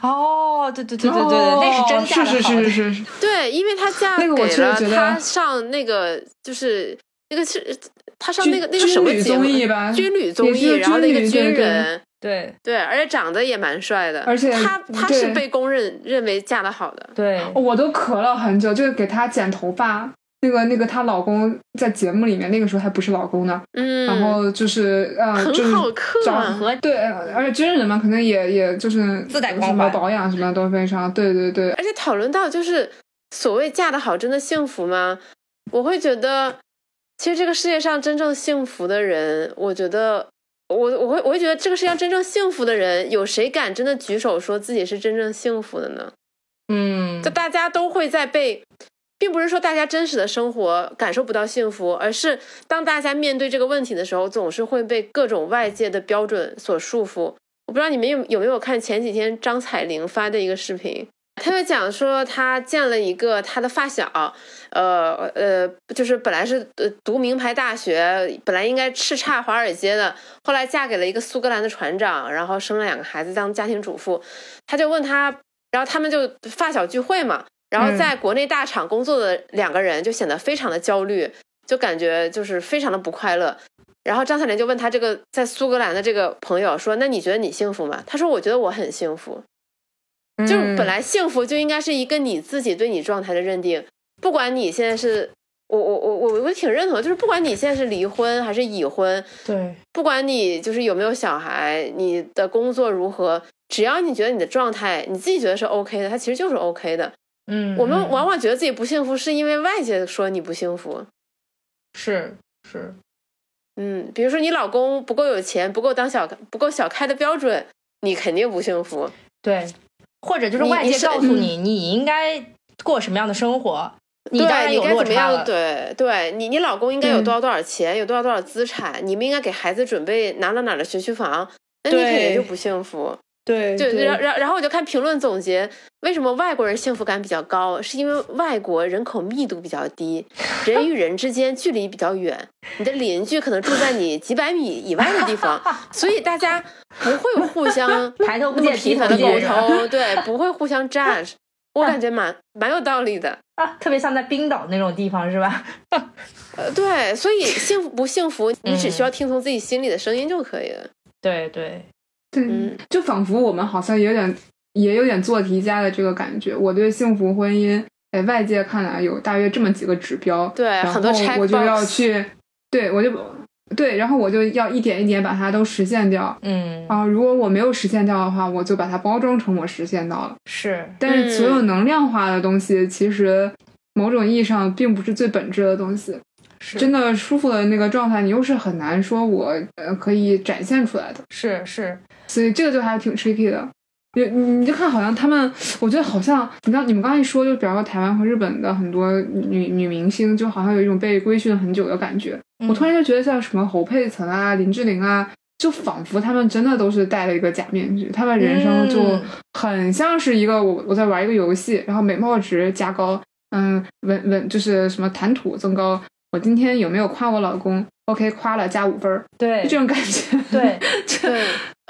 哦，对对对对对哦对，那是真嫁是得是好的是是是，对，因为她嫁那给个我确实了觉得她上那个就是那个是她上军那个那个什么军旅节目综艺吧军旅综也艺，是然后那军个旅军对对人。对对，而且长得也蛮帅的，而且他他是对被公认认为嫁得好的，对，我都咳了很久，就是给她剪头发。那个那个，她老公在节目里面，那个时候还不是老公呢。嗯，然后就是呃，很就是好看找啊和对，而且军人嘛，可能也也就是自带光环什么保养什么都非常对对对。而且讨论到就是所谓嫁得好，真的幸福吗？我会觉得，其实这个世界上真正幸福的人，我觉得我我会我会觉得这个世界上真正幸福的人，有谁敢真的举手说自己是真正幸福的呢？嗯就，大家都会在被，并不是说大家真实的生活感受不到幸福，而是当大家面对这个问题的时候，总是会被各种外界的标准所束缚。我不知道你们有有没有看前几天张彩玲发的一个视频，她就讲说她见了一个她的发小，呃呃，就是本来是呃读名牌大学，本来应该叱咤华尔街的，后来嫁给了一个苏格兰的船长，然后生了两个孩子当家庭主妇。他就问他，然后他们就发小聚会嘛，然后在国内大厂工作的两个人就显得非常的焦虑，就感觉就是非常的不快乐。然后张彩玲就问他这个在苏格兰的这个朋友说：“那你觉得你幸福吗？”他说：“我觉得我很幸福。”嗯就是本来幸福就应该是一个你自己对你状态的认定，不管你现在是我我我我我挺认同的，就是不管你现在是离婚还是已婚，对不管你就是有没有小孩，你的工作如何，只要你觉得你的状态你自己觉得是 OK 的，它其实就是 OK 的。嗯，我们嗯往往觉得自己不幸福，是因为外界说你不幸福。是是，嗯，比如说你老公不够有钱，不够当小不够小开的标准，你肯定不幸福。对，或者就是你外你界是嗯告诉你你应该过什么样的生活，你对当然你有该落怎么差样？了，对，对你，你老公应该有嗯多少多少钱，有多少多少资产，你们应该给孩子准备哪哪哪的学区房，那你肯定对就不幸福。对对，然然然后我就看评论总结，为什么外国人幸福感比较高，是因为外国人口密度比较低，人与人之间距离比较远，你的邻居可能住在你几百米以外的 地方，所以大家不会互相抬头不那么见频低繁头的沟见是吧通，对，不会互相 judge，我感觉蛮蛮有道理的。啊，特别像在冰岛那种地方是吧？ 呃，对，所以幸福不幸福，你只嗯需要听从自己心里的声音就可以了。对对，对，嗯就仿佛我们好像也有点也有点做题家的这个感觉。我对幸福婚姻，哎，外界看来有大约这么几个指标，对然很多后我就 checkbox 要去，对我就对，然后我就要一点一点把它都实现掉。嗯，哦啊、如果我没有实现掉的话，我就把它包装成我实现到了。是，但是所有嗯能量化的东西，其实某种意义上并不是最本质的东西。是真的舒服的那个状态，你又是很难说我呃可以展现出来的。是是，所以这个就还挺 tricky 的。你你你就看，好像他们，我觉得好像你刚你们刚才一说，就比方说台湾和日本的很多女女明星，就好像有一种被规训很久的感觉。嗯嗯我突然就觉得像什么侯佩岑啊、林志玲啊，就仿佛他们真的都是戴了一个假面具，他们人生就嗯很像是一个我我在玩一个游戏，然后美貌值加高，嗯，文文就是什么谈吐增高。我今天有没有夸我老公？OK，夸了加五分儿，对就这种感觉。对， 对，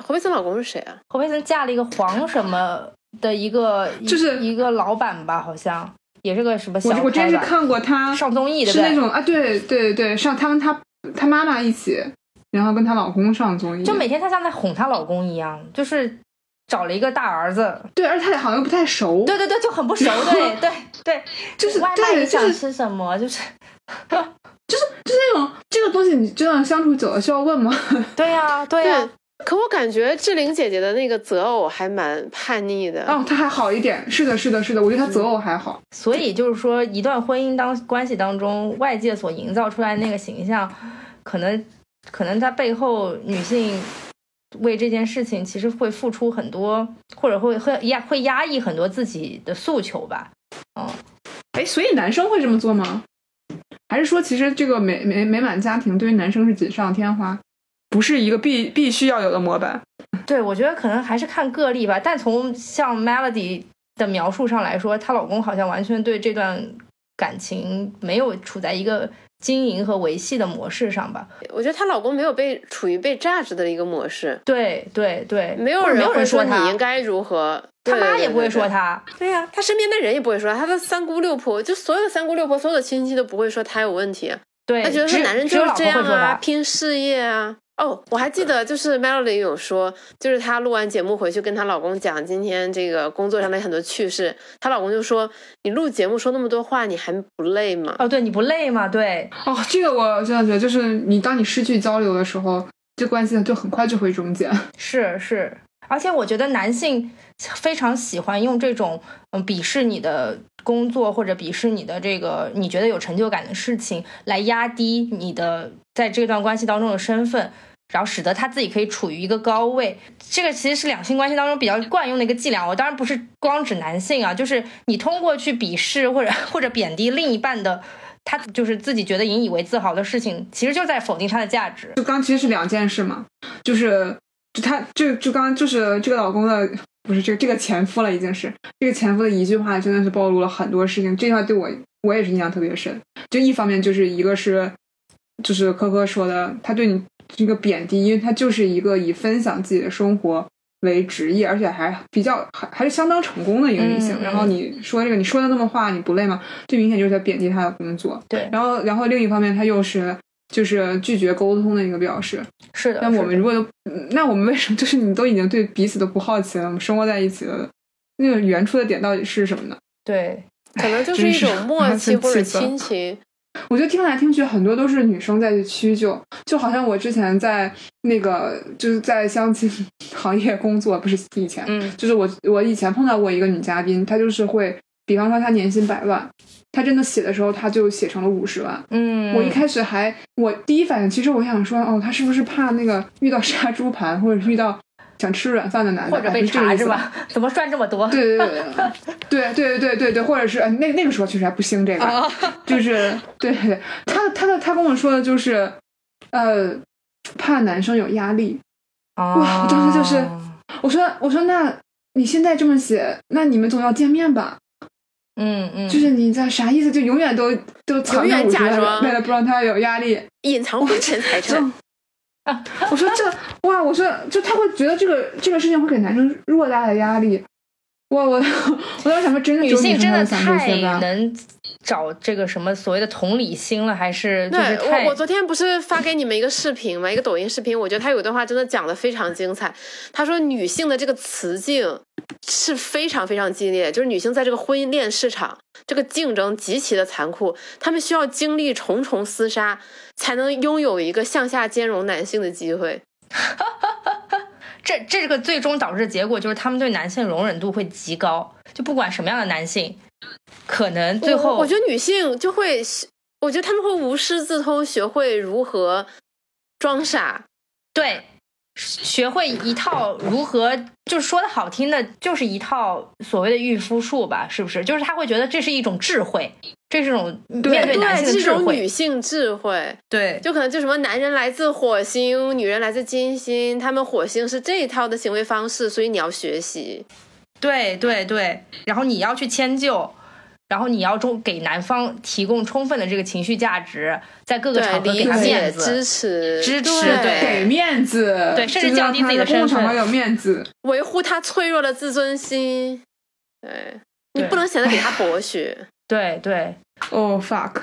侯佩岑老公是谁啊？侯佩岑嫁了一个黄什么的一个，一就是一个老板吧，好像也是个什么小 我我真开是吧看过他上综艺的，是对不那对种啊，对对对，上她跟她她妈妈一起，然后跟她老公上综艺，就每天她像在哄她老公一样，就是找了一个大儿子，对，而且他俩好像又不太熟，对对对，就很不熟，然后对对对，就是外卖对你就想是吃什么，就是就那种这个东西，你真的相处久了需 要问吗？对呀对啊呀，可我感觉志玲姐姐的那个择偶还蛮叛逆的。哦，他还好一点，是的，是的，是的，我觉得他择偶还好，所以就是说，一段婚姻当关系当中，外界所营造出来那个形象，可能可能在背后女性为这件事情其实会付出很多，或者会会压会压抑很多自己的诉求吧。嗯哎，所以男生会这么做吗？还是说其实这个美美美满家庭对于男生是锦上添花，不是一个必必须要有的模板？对，我觉得可能还是看个例吧。但从像 Melody 的描述上来说，她老公好像完全对这段感情没有处在一个经营和维系的模式上吧。我觉得她老公没有被处于被榨汁的一个模式，对对对，没有或者没有会人说说她你应该如何，他对妈也不会说。对对对对他，对呀、他身边的人也不会说，他的三姑六婆，就所有的三姑六婆，所有的亲戚都不会说他有问题。啊对，他觉得只说男人只就有是老这婆样会说啊，他，拼事业啊。哦，我还记得就是 Melody 有说，就是她录完节目回去跟她老公讲今天这个工作上的很多趣事，她老公就说：“你录节目说那么多话，你还不累吗哦，对你不累吗？对，哦，这个我真的觉得，就是你当你失去交流的时候，这关系就很快就会终结。是是，而且我觉得男性非常喜欢用这种嗯鄙视你的工作或者鄙视你的这个你觉得有成就感的事情，来压低你的在这段关系当中的身份。然后使得他自己可以处于一个高位，这个其实是两性关系当中比较惯用的一个伎俩。我当然不是光指男性啊，就是你通过去鄙视或者或者贬低另一半的，他就是自己觉得引以为自豪的事情，其实就在否定他的价值。就刚其实是两件事嘛，就是就她就就刚就是这个老公的不是这个这个前夫了，已经是这个前夫的一句话，真的是暴露了很多事情。这句话对我我也是印象特别深。就一方面就是一个是就是科科说的，他对你这个贬低，因为他就是一个以分享自己的生活。为职业，而且还比较还还是相当成功的一个女性。嗯嗯然后你说这个，你说的那么话，你不累吗？这明显就是在贬低她的工作。对，然后，然后另一方面，他又是就是拒绝沟通的一个表示。是的。那我是的们如果都，嗯那我们为什么就是你都已经对彼此都不好奇了，我们生活在一起的那个原初的点到底是什么呢？对，？”可能就是真一是种默很契或者气愤亲情。我觉得听来听去，很多都是女生在去屈就，就好像我之前在那个就是在相亲行业工作，不是以前，嗯就是我我以前碰到过一个女嘉宾，她就是会，比方说她年薪百万，她真的写的时候，她就写成了五十万，嗯，我一开始还，我第一反应其实我想说，哦，他是不是怕那个遇到杀猪盘，或者是遇到想吃软饭的男的，或者哎被不这个查意思是吧？ 怎么赚这么多？对对对对对对对对，或者是哎那那个时候确实还不兴这哦个，就是对对对，他他的他跟我说的就是，呃，怕男生有压力。啊哇我当时就是哦我说我说那你现在这么写，那你们总要见面吧？嗯嗯，就是你在啥意思？就永远都都藏永远着五十假万，装为了不让他有压力。隐藏哦婚前财 产，我说这哇，我说就他会觉得这个这个事情会给男生偌大的压力。哇，我我当时想说，真的只女有性生真才的会想这太些吧？能找这个什么所谓的同理心了，还是就是对太我，我昨天不是发给你们一个视频嘛，一个抖音视频，我觉得他有一段话真的讲的非常精彩。他说女性的这个雌竞是非常非常激烈，就是女性在这个婚恋市场这个竞争极其的残酷，她们需要经历重重厮杀，才能拥有一个向下兼容男性的机会。这这个最终导致的结果就是他们对男性容忍度会极高，就不管什么样的男性，可能最后我我觉得女性就会，我觉得她们会无师自通，学会如何装傻，对，学会一套如何，就是说的好听的，就是一套所谓的御夫术吧，是不是？就是他会觉得这是一种智慧，这是一种面对，男性的这智种女慧，性智慧。对就可能就什么男人来自火星，女人来自金星，他们火星是这一套的行为方式，所以你要学习。对对对，然后你要去迁就。然后你要中给男方提供充分的这个情绪价值，在各个对，场合给理他面解、子、支持、支持给对，面子，对甚至降低自己的就是身份让他在公共场合有面子，维护他脆弱的自尊心。对你对不能显得比他 博学。对对，哦、fuck，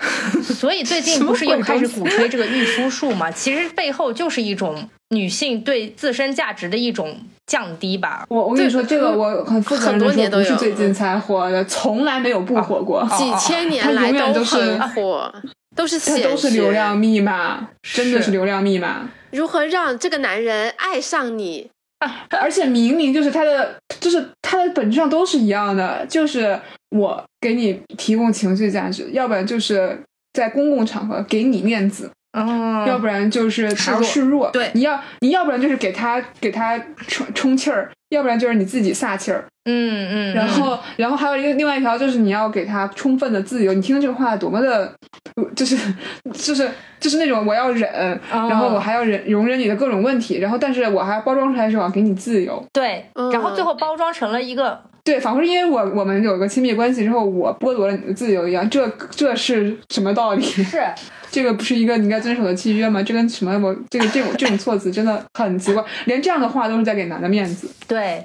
所以最近不是又开始鼓吹这个御夫术 嘛？其实背后就是一种女性对自身价值的一种降低吧。 我我跟你这说，这个我很负责任的很多说，年都不有是最近才火的，从来没有不火过，哦啊哦几千年他来永远都是很火，都是它显都啊是学流量密码，真的是是流量密码。如何让这个男人爱上你？ 而且明明就是它的，就是它的本质上都是一样的，就是我给你提供情绪价值，要不然就是在公共场合给你面子，嗯，要不然就是示他弱示弱。对你要你要不然就是给他给他充充气儿，要不然就是你自己撒气儿。嗯嗯，然后，然后还有一个另外一条就是你要给他充分的自由。你听这个话多么的，呃就是就是就是那种我要忍，哦然后我还要忍容忍你的各种问题，然后但是我还包装出来是我要给你自由。对，嗯然后最后包装成了一个对，仿佛是因为我我们有个亲密关系之后，我剥夺了你的自由一样，这这是什么道理？ 是这个不是一个你应该遵守的契约吗？这跟什么我这个这种这种措辞真的很奇怪，连这样的话都是在给男的面子。对，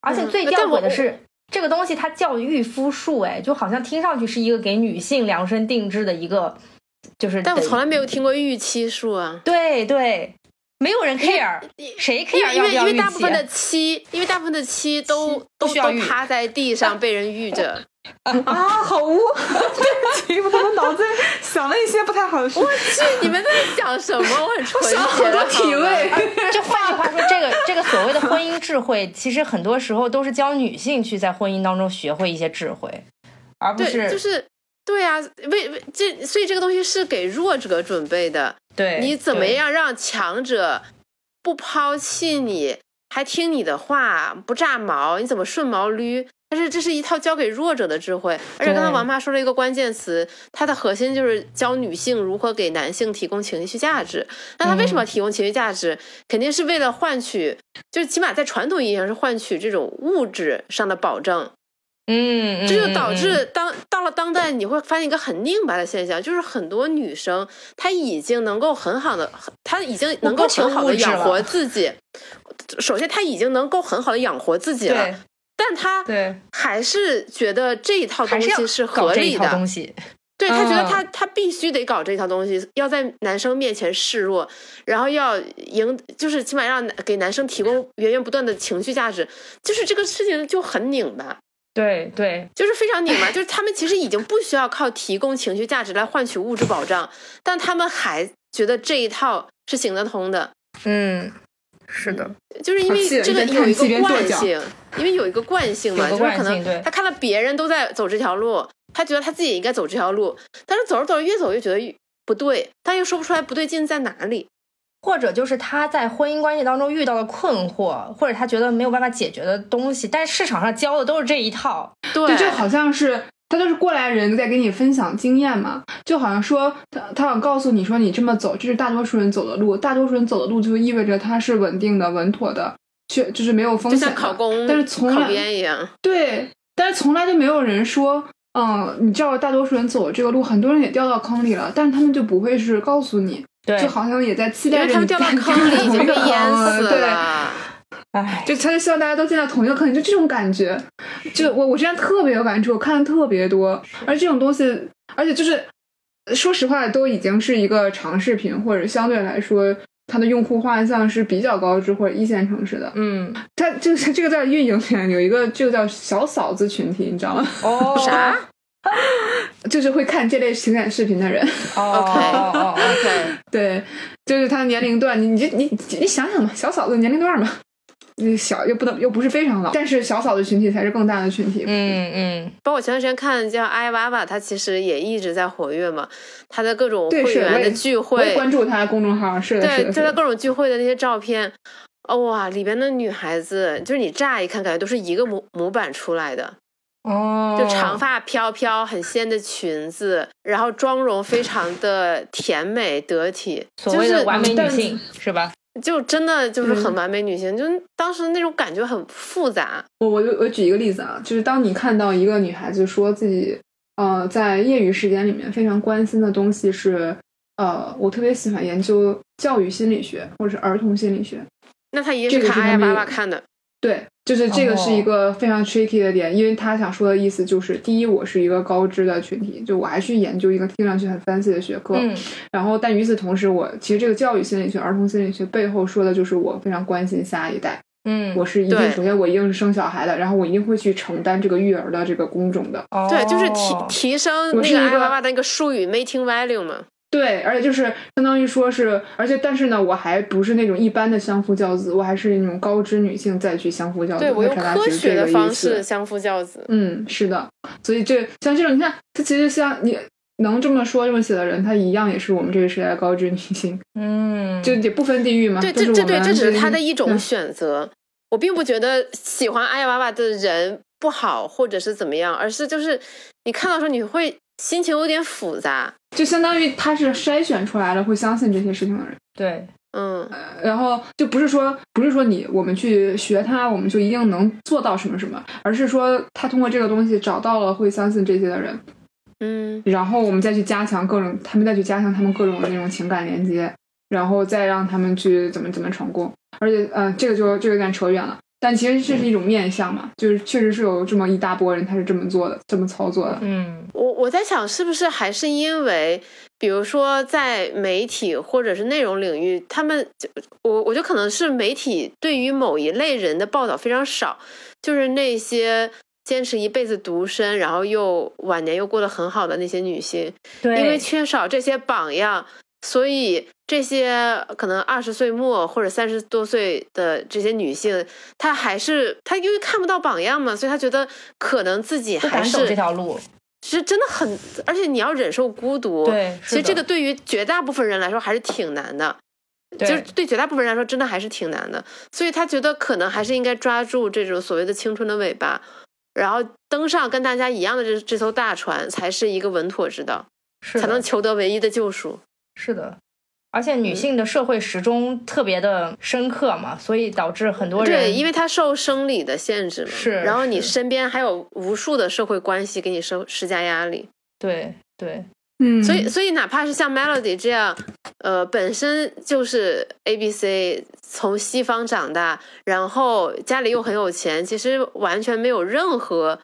而且最嗯吊但我诡的是。这个东西它叫御夫术，哎，就好像听上去是一个给女性量身定制的一个，就是但我得从来没有听过预期术啊。对对，没有人 care，谁因 care 为因要为不要因为预大部期分啊的妻，因为大部分的妻都妻不都需要都育趴在地上被人遇着，啊，好污！ 对不起，我的脑子想了一些不太好的事。你们在想什么？我很纯洁，想好多体位。就换句话说，这个这个所谓的婚姻智慧，其实很多时候都是教女性去在婚姻当中学会一些智慧，而不对，就是对啊，为为这，所以这个东西是给弱者准备的。对你怎么对样让强者不抛弃你，还听你的话，不炸毛？你怎么顺毛驴？但是这是一套教给弱者的智慧，而且刚才对王妈说了一个关键词，它的核心就是教女性如何给男性提供情绪价值。那她为嗯什么要提供情绪价值？肯定是为了换取，就是起码在传统意义上是换取这种物质上的保证。嗯，嗯这就导嗯嗯致当到了当代，你会发现一个很拧巴的现象，就是很多女生她已经能够很好的，她已经能够很好的养活自己。首先，她已经能够很好的养活自己了对，但她对，还是觉得这一套东还是西要是搞合这理一套东的，西，对她觉得嗯她她必须得搞这套东西，要在男生面前示弱，然后要赢，就是起码让给男生提供源源不断的情绪价值，就是这个事情就很拧巴。对对就是非常拧巴，就是他们其实已经不需要靠提供情绪价值来换取物质保障，但他们还觉得这一套是行得通的，嗯，是的，就是因好为气人这个一边有一叹气一个边跺惯脚性，因为有一个惯性嘛，有就个是惯可性对能他看到别人都在走这条路，他觉得他自己也应该走这条路，但是走着走着越走越觉得越不对，但又说不出来不对劲在哪里。或者就是他在婚姻关系当中遇到的困惑，或者他觉得没有办法解决的东西，但是市场上教的都是这一套，对，对，就好像是他就是过来人在给你分享经验嘛，就好像说他他想告诉你说你这么走，这是大多数人走的路，大多数人走的路就意味着他是稳定的、稳妥的，确就是没有风就险像的。考公、但是从考来编一样，对，但是从来就没有人说。嗯，你知道大多数人走的这个路，很多人也掉到坑里了，但是他们就不会是告诉你，对就好像也在期因待为着他你们掉到再坑里已经被淹死对，了。 唉，就他就希望大家都进到同一个坑里，就这种感觉。就我我之前特别有感触，我看的特别多，而这种东西，而且就是说实话，都已经是一个长视频，或者相对来说。它的用户画像是比较高知或者一线城市的，嗯，它这个这个在运营里面有一个这个叫小嫂子群体，你知道吗？ 哦，啥？就是会看这类情感视频的人，哦 哦哦哦， ？OK，对，就是他的年龄段，你你就你你想想吧，小嫂子年龄段嘛，那小又不能又不是非常老，但是小嫂子群体才是更大的群体，嗯嗯，包括我前段时间看叫艾娃娃，她其实也一直在活跃嘛，她的各种对会是我员也的聚我也会，关注他的公众号，是的，是对，的，就是她的。各种聚会的那些照片，哦哇，里边的女孩子，就是你乍一看感觉都是一个模模板出来的，哦，就长发飘飘、很仙的裙子，然后妆容非常的甜美得体，所谓的完美就女是性是吧？就真的就是很嗯完美女性，就当时那种感觉很复杂。我我就我举一个例子啊，就是当你看到一个女孩子说自己，呃，在业余时间里面非常关心的东西是，呃，我特别喜欢研究教育心理学或者是儿童心理学，那她一定这个看是阿呀他们巴有巴看的，对，就是这个是一个非常 tricky 的点，因为他想说的意思就是，第一，我是一个高知的群体，就我还去研究一个听上去很 fancy 的学科，嗯然后但与此同时我，其实这个教育心理学、儿童心理学背后说的就是我非常关心下一代，嗯，我是一定对首先我一定是生小孩的，然后我一定会去承担这个育儿的这个工种的，哦对，就是提提升我那是一个阿呀个巴巴的那个术语 mating value 嘛。对，而且就是相当于说是，而且但是呢，我还不是那种一般的相夫教子，我还是那种高知女性再去相夫教子，对我来用传达科其实学这的个意方思式相夫教子。嗯，是的，所以这像这种，你看，他其实像你能这么说这么写的人，他一样也是我们这个时代的高知女性，嗯，就也不分地域嘛。对，都啊是这这我对，们这只是他的于一种嗯选择。我并不觉得喜欢阿呀娃娃的人不好，或者是怎么样，而是就是你看到的时候你会心情有点复杂。就相当于他是筛选出来了会相信这些事情的人，对，嗯，然后就不是说不是说你我们去学他，我们就一定能做到什么什么，而是说他通过这个东西找到了会相信这些的人，嗯，然后我们再去加强各种，他们再去加强他们各种的那种情感连接，然后再让他们去怎么怎么成功。而且，呃，这个就这个有点扯远了。但其实这是一种面向嘛，就是确实是有这么一大波人，他是这么做的，这么操作的。嗯我我在想，是不是还是因为，比如说在媒体或者是内容领域，他们就我我就可能是媒体对于某一类人的报道非常少，就是那些坚持一辈子独身，然后又晚年又过得很好的那些女性，对，因为缺少这些榜样，所以这些可能二十岁末或者三十多岁的这些女性，她还是她因为看不到榜样嘛，所以她觉得可能自己不还敢走这是条路，其实真的很，而且你要忍受孤独。对是其实这的个对于绝大部分人来说还是挺难的。对就是对绝大部分人来说，真的还是挺难的。所以他觉得可能还是应该抓住这种所谓的青春的尾巴，然后登上跟大家一样的这这艘大船，才是一个稳妥之道，是的才能求得唯一的救赎。是的。而且嗯女性的社会时钟特别的深刻嘛，所以导致很多人对，因为它受生理的限制嘛，是然后你是身边还有无数的社会关系给你施施加压力，对对嗯，所以所以哪怕是像 Melody 这样，呃，本身就是 A B C 从西方长大，然后家里又很有钱，其实完全没有任何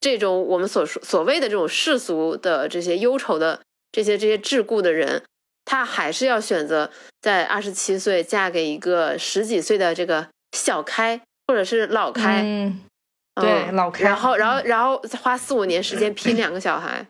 这种我们所说所谓的这种世俗的这些忧愁的这些这些桎梏的人，他还是要选择在二十七岁嫁给一个十几岁的这个小开或者是老开，嗯，嗯对老开嗯然后然后然后再花四五年时间拼两个小孩，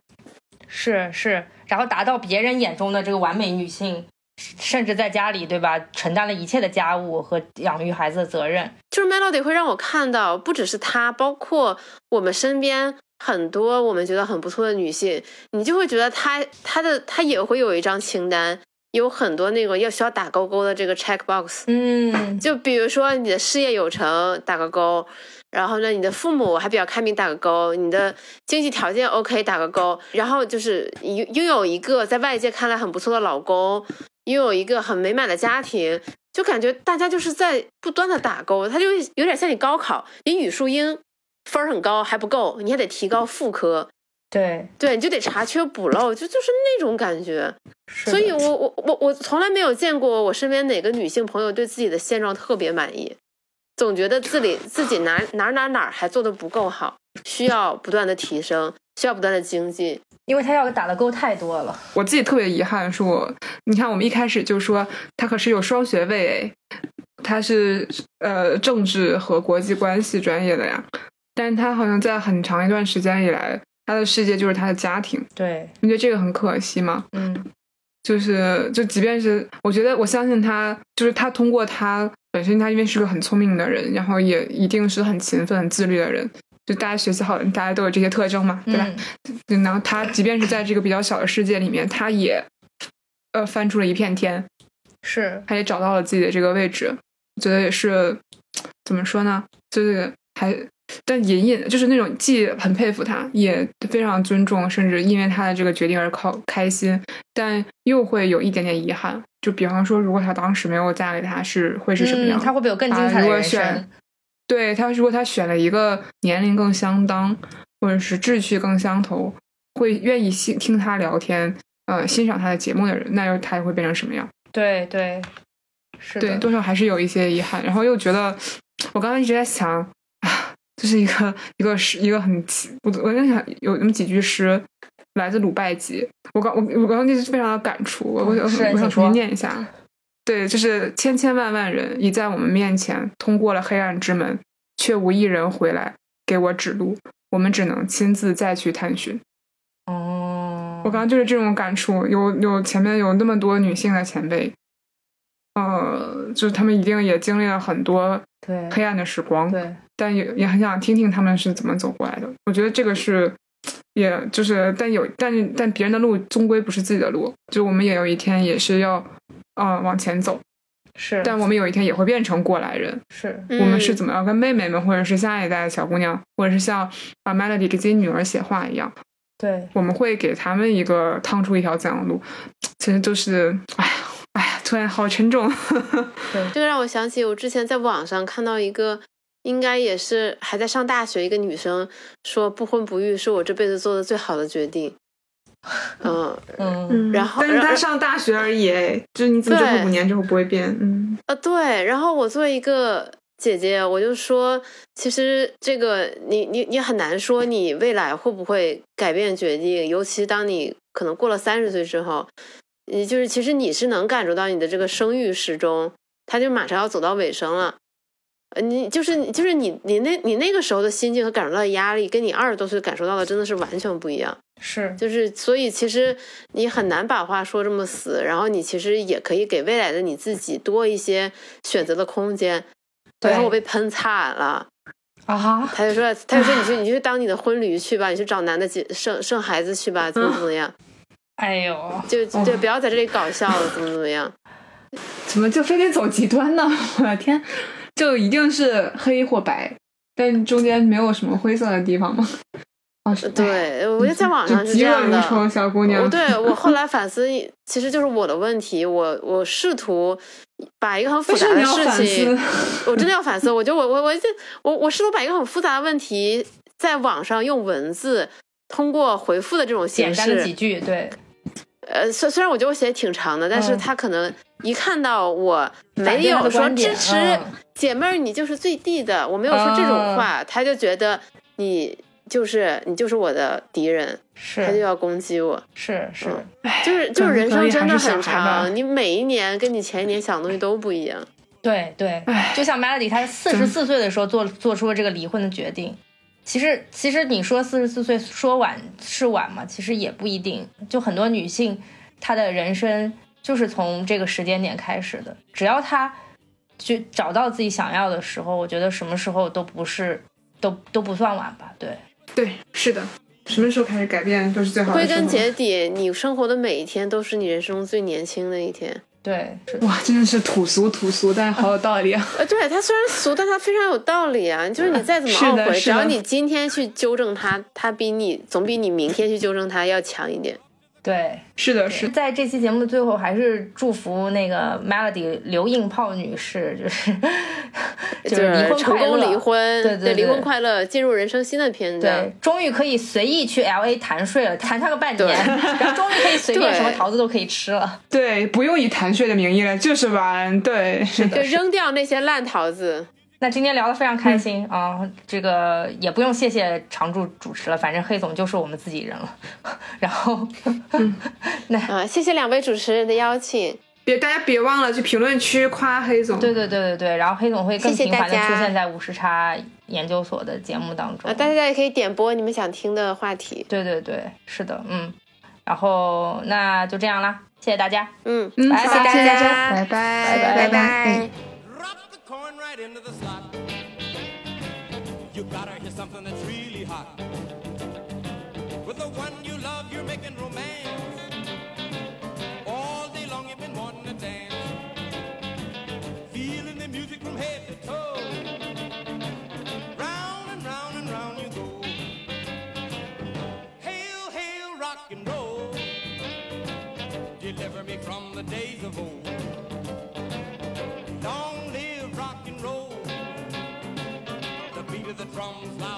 是是，然后达到别人眼中的这个完美女性，甚至在家里对吧，承担了一切的家务和养育孩子的责任，就是 Melody 会让我看到，不只是她，包括我们身边很多我们觉得很不错的女性，你就会觉得她她的她也会有一张清单，有很多那个要需要打勾勾的这个 check box。嗯，就比如说你的事业有成，打个勾；然后呢，你的父母还比较开明，打个勾；你的经济条件 OK，打个勾。然后就是拥拥有一个在外界看来很不错的老公，拥有一个很美满的家庭，就感觉大家就是在不断的打勾，他就有点像你高考，你语数英分儿很高还不够，你还得提高副科，对，对，你就得查缺补漏，就就是那种感觉。是所以的我我我我从来没有见过我身边哪个女性朋友对自己的现状特别满意，总觉得自己自己哪哪哪哪儿还做的不够好，需要不断的提升，需要不断的精进。因为他要打的勾太多了。我自己特别遗憾，是我你看，我们一开始就说他可是有双学位，他是呃政治和国际关系专业的呀，但是他好像在很长一段时间以来，他的世界就是他的家庭，对，你觉得这个很可惜吗？嗯，就是就即便是我觉得我相信他，就是他通过他本身，他因为是个很聪明的人，然后也一定是很勤奋、很自律的人。就大家学习好，大家都有这些特征嘛，对吧？嗯就然后他即便是在这个比较小的世界里面，他也呃翻出了一片天，是他也找到了自己的这个位置。我觉得也是怎么说呢，就是还但隐隐就是那种既很佩服他，也非常尊重，甚至因为他的这个决定而靠开心，但又会有一点点遗憾。就比方说，如果他当时没有嫁给他，是会是什么样？嗯，他会不会有更精彩啊、的如果人选生？，对他如果他选了一个年龄更相当，或者是志趣更相投，会愿意欣听他聊天，呃，欣赏他的节目的人，那又他又会变成什么样？对对，是对，的，多少还是有一些遗憾。然后又觉得，我刚刚一直在想，啊，这是一个一个诗，一个很奇，我我在想有那么几句诗来自鲁拜集，我刚我我刚刚就是非常有感触，我我我我嗯是请想重说新念一下。对，就是千千万万人已在我们面前通过了黑暗之门，却无一人回来给我指路，我们只能亲自再去探寻。哦，我刚刚就是这种感触，有有前面有那么多女性的前辈，呃，就是她们一定也经历了很多对黑暗的时光，对但也也很想听听她们是怎么走过来的。我觉得这个是，也就是但有但但别人的路终归不是自己的路，就我们也有一天也是要呃往前走，是，但我们有一天也会变成过来人。是嗯我们是怎么样跟妹妹们，或者是下一代的小姑娘，或者是像啊 Melody 给自己女儿写话一样。对我们会给他们一个趟出一条怎样的路，其实就是，哎呀，哎呀，突然好沉重。对，这个让我想起我之前在网上看到一个，应该也是还在上大学一个女生说不婚不育是我这辈子做的最好的决定。嗯，嗯， 然后但是然他后上大学而已，哎就是你怎么知道对五年之后不会变？嗯，呃，对，然后我作为一个姐姐，我就说，其实这个你你你很难说你未来会不会改变决定，尤其当你可能过了三十岁之后，你就是其实你是能感受到你的这个生育时钟，它就马上要走到尾声了。呃，你就是就是你你那你那个时候的心境和感受到的压力，跟你二十多岁感受到的真的是完全不一样。是就是所以其实你很难把话说这么死，然后你其实也可以给未来的你自己多一些选择的空间。对然后我被喷惨了，啊哈，他就说，他就说你去你去当你的婚驴去吧，你去找男的结生生孩子去吧，怎嗯么怎么样， 哎呦，就就就不要在这里搞笑了，怎么怎么样。怎么就非得走极端呢？ 我的天，就一定是黑或白，但中间没有什么灰色的地方吗？ 哦，是，对，我觉得在网上就是这极恶样如的。仇，小姑娘。我对我后来反思，其实就是我的问题。我我试图把一个很复为什杂么的你要事反情思，？我真的要反思。我觉得我我我这我我试图把一个很复杂的问题，在网上用文字通过回复的这 种简形单的几式，句，对，呃，虽虽然我觉得我写的挺长的，但是嗯他可能一看到我反没对他有的说观点支持嗯姐妹儿，你就是最地的，我没有说这种啊话，他就觉得你就是你就是我的敌人，他就是要攻击我。是是，嗯就是就可是人能生真的还是很小孩吧长，你每一年跟你前一年想的东西都不一样。对对唉，就像 Melody，她四十真四岁的时候做做出了这个离婚的决定。其实，其实你说四十四岁说晚是晚嘛？其实也不一定。就很多女性，她的人生就是从这个时间点开始的。只要她去找到自己想要的时候，我觉得什么时候都不是，都都不算晚吧？对，对，是的，什么时候开始改变都是最好的归时候。根结底，你生活的每一天都是你人生中最年轻的一天。对，是哇，真的是土俗土俗，但是好有道理啊！呃，对，它虽然俗，但它非常有道理啊！就是你再怎么是的懊悔，是只的要你今天去纠正它，它比你总比你明天去纠正它要强一点。对。 是的，是的在这期节目的最后，还是祝福那个 Melody 刘硬泡女士，就是 就是离婚成快乐功离婚，对对离婚对快乐，进入人生新的篇章对。，终于可以随意去 L A 谈税了，谈上个半年，对 然后终于可以随便对什么桃子都可以吃了。 对，不用以谈税的名义来，就是玩。对，是就扔掉那些烂桃子，那今天聊得非常开嗯心啊、这个也不用谢谢常驻主持了，反正黑总就是我们自己人了。然后，嗯啊！谢谢两位主持人的邀请，别大家别忘了去评论区夸黑总。 对对对对对，然后黑总会更谢谢频繁的大家出现在五十叉研究所的节目当中。啊，大家也可以点播你们想听的话题。对对对，是的，嗯。然后那就这样啦，谢谢大家。嗯，嗯，拜拜谢谢大谢谢大家，家，拜拜，拜拜拜。拜。 Drop the coin right into the slot. You gotta hear something that's really hot. With the one you love, you're making romance. All day long, you've been wanting to dance. Feeling the music from head to toe. Round and round and round you go. Hail, hail, rock and roll. Deliver me from the days of old. Long live rock and roll. The beat of the drums loud.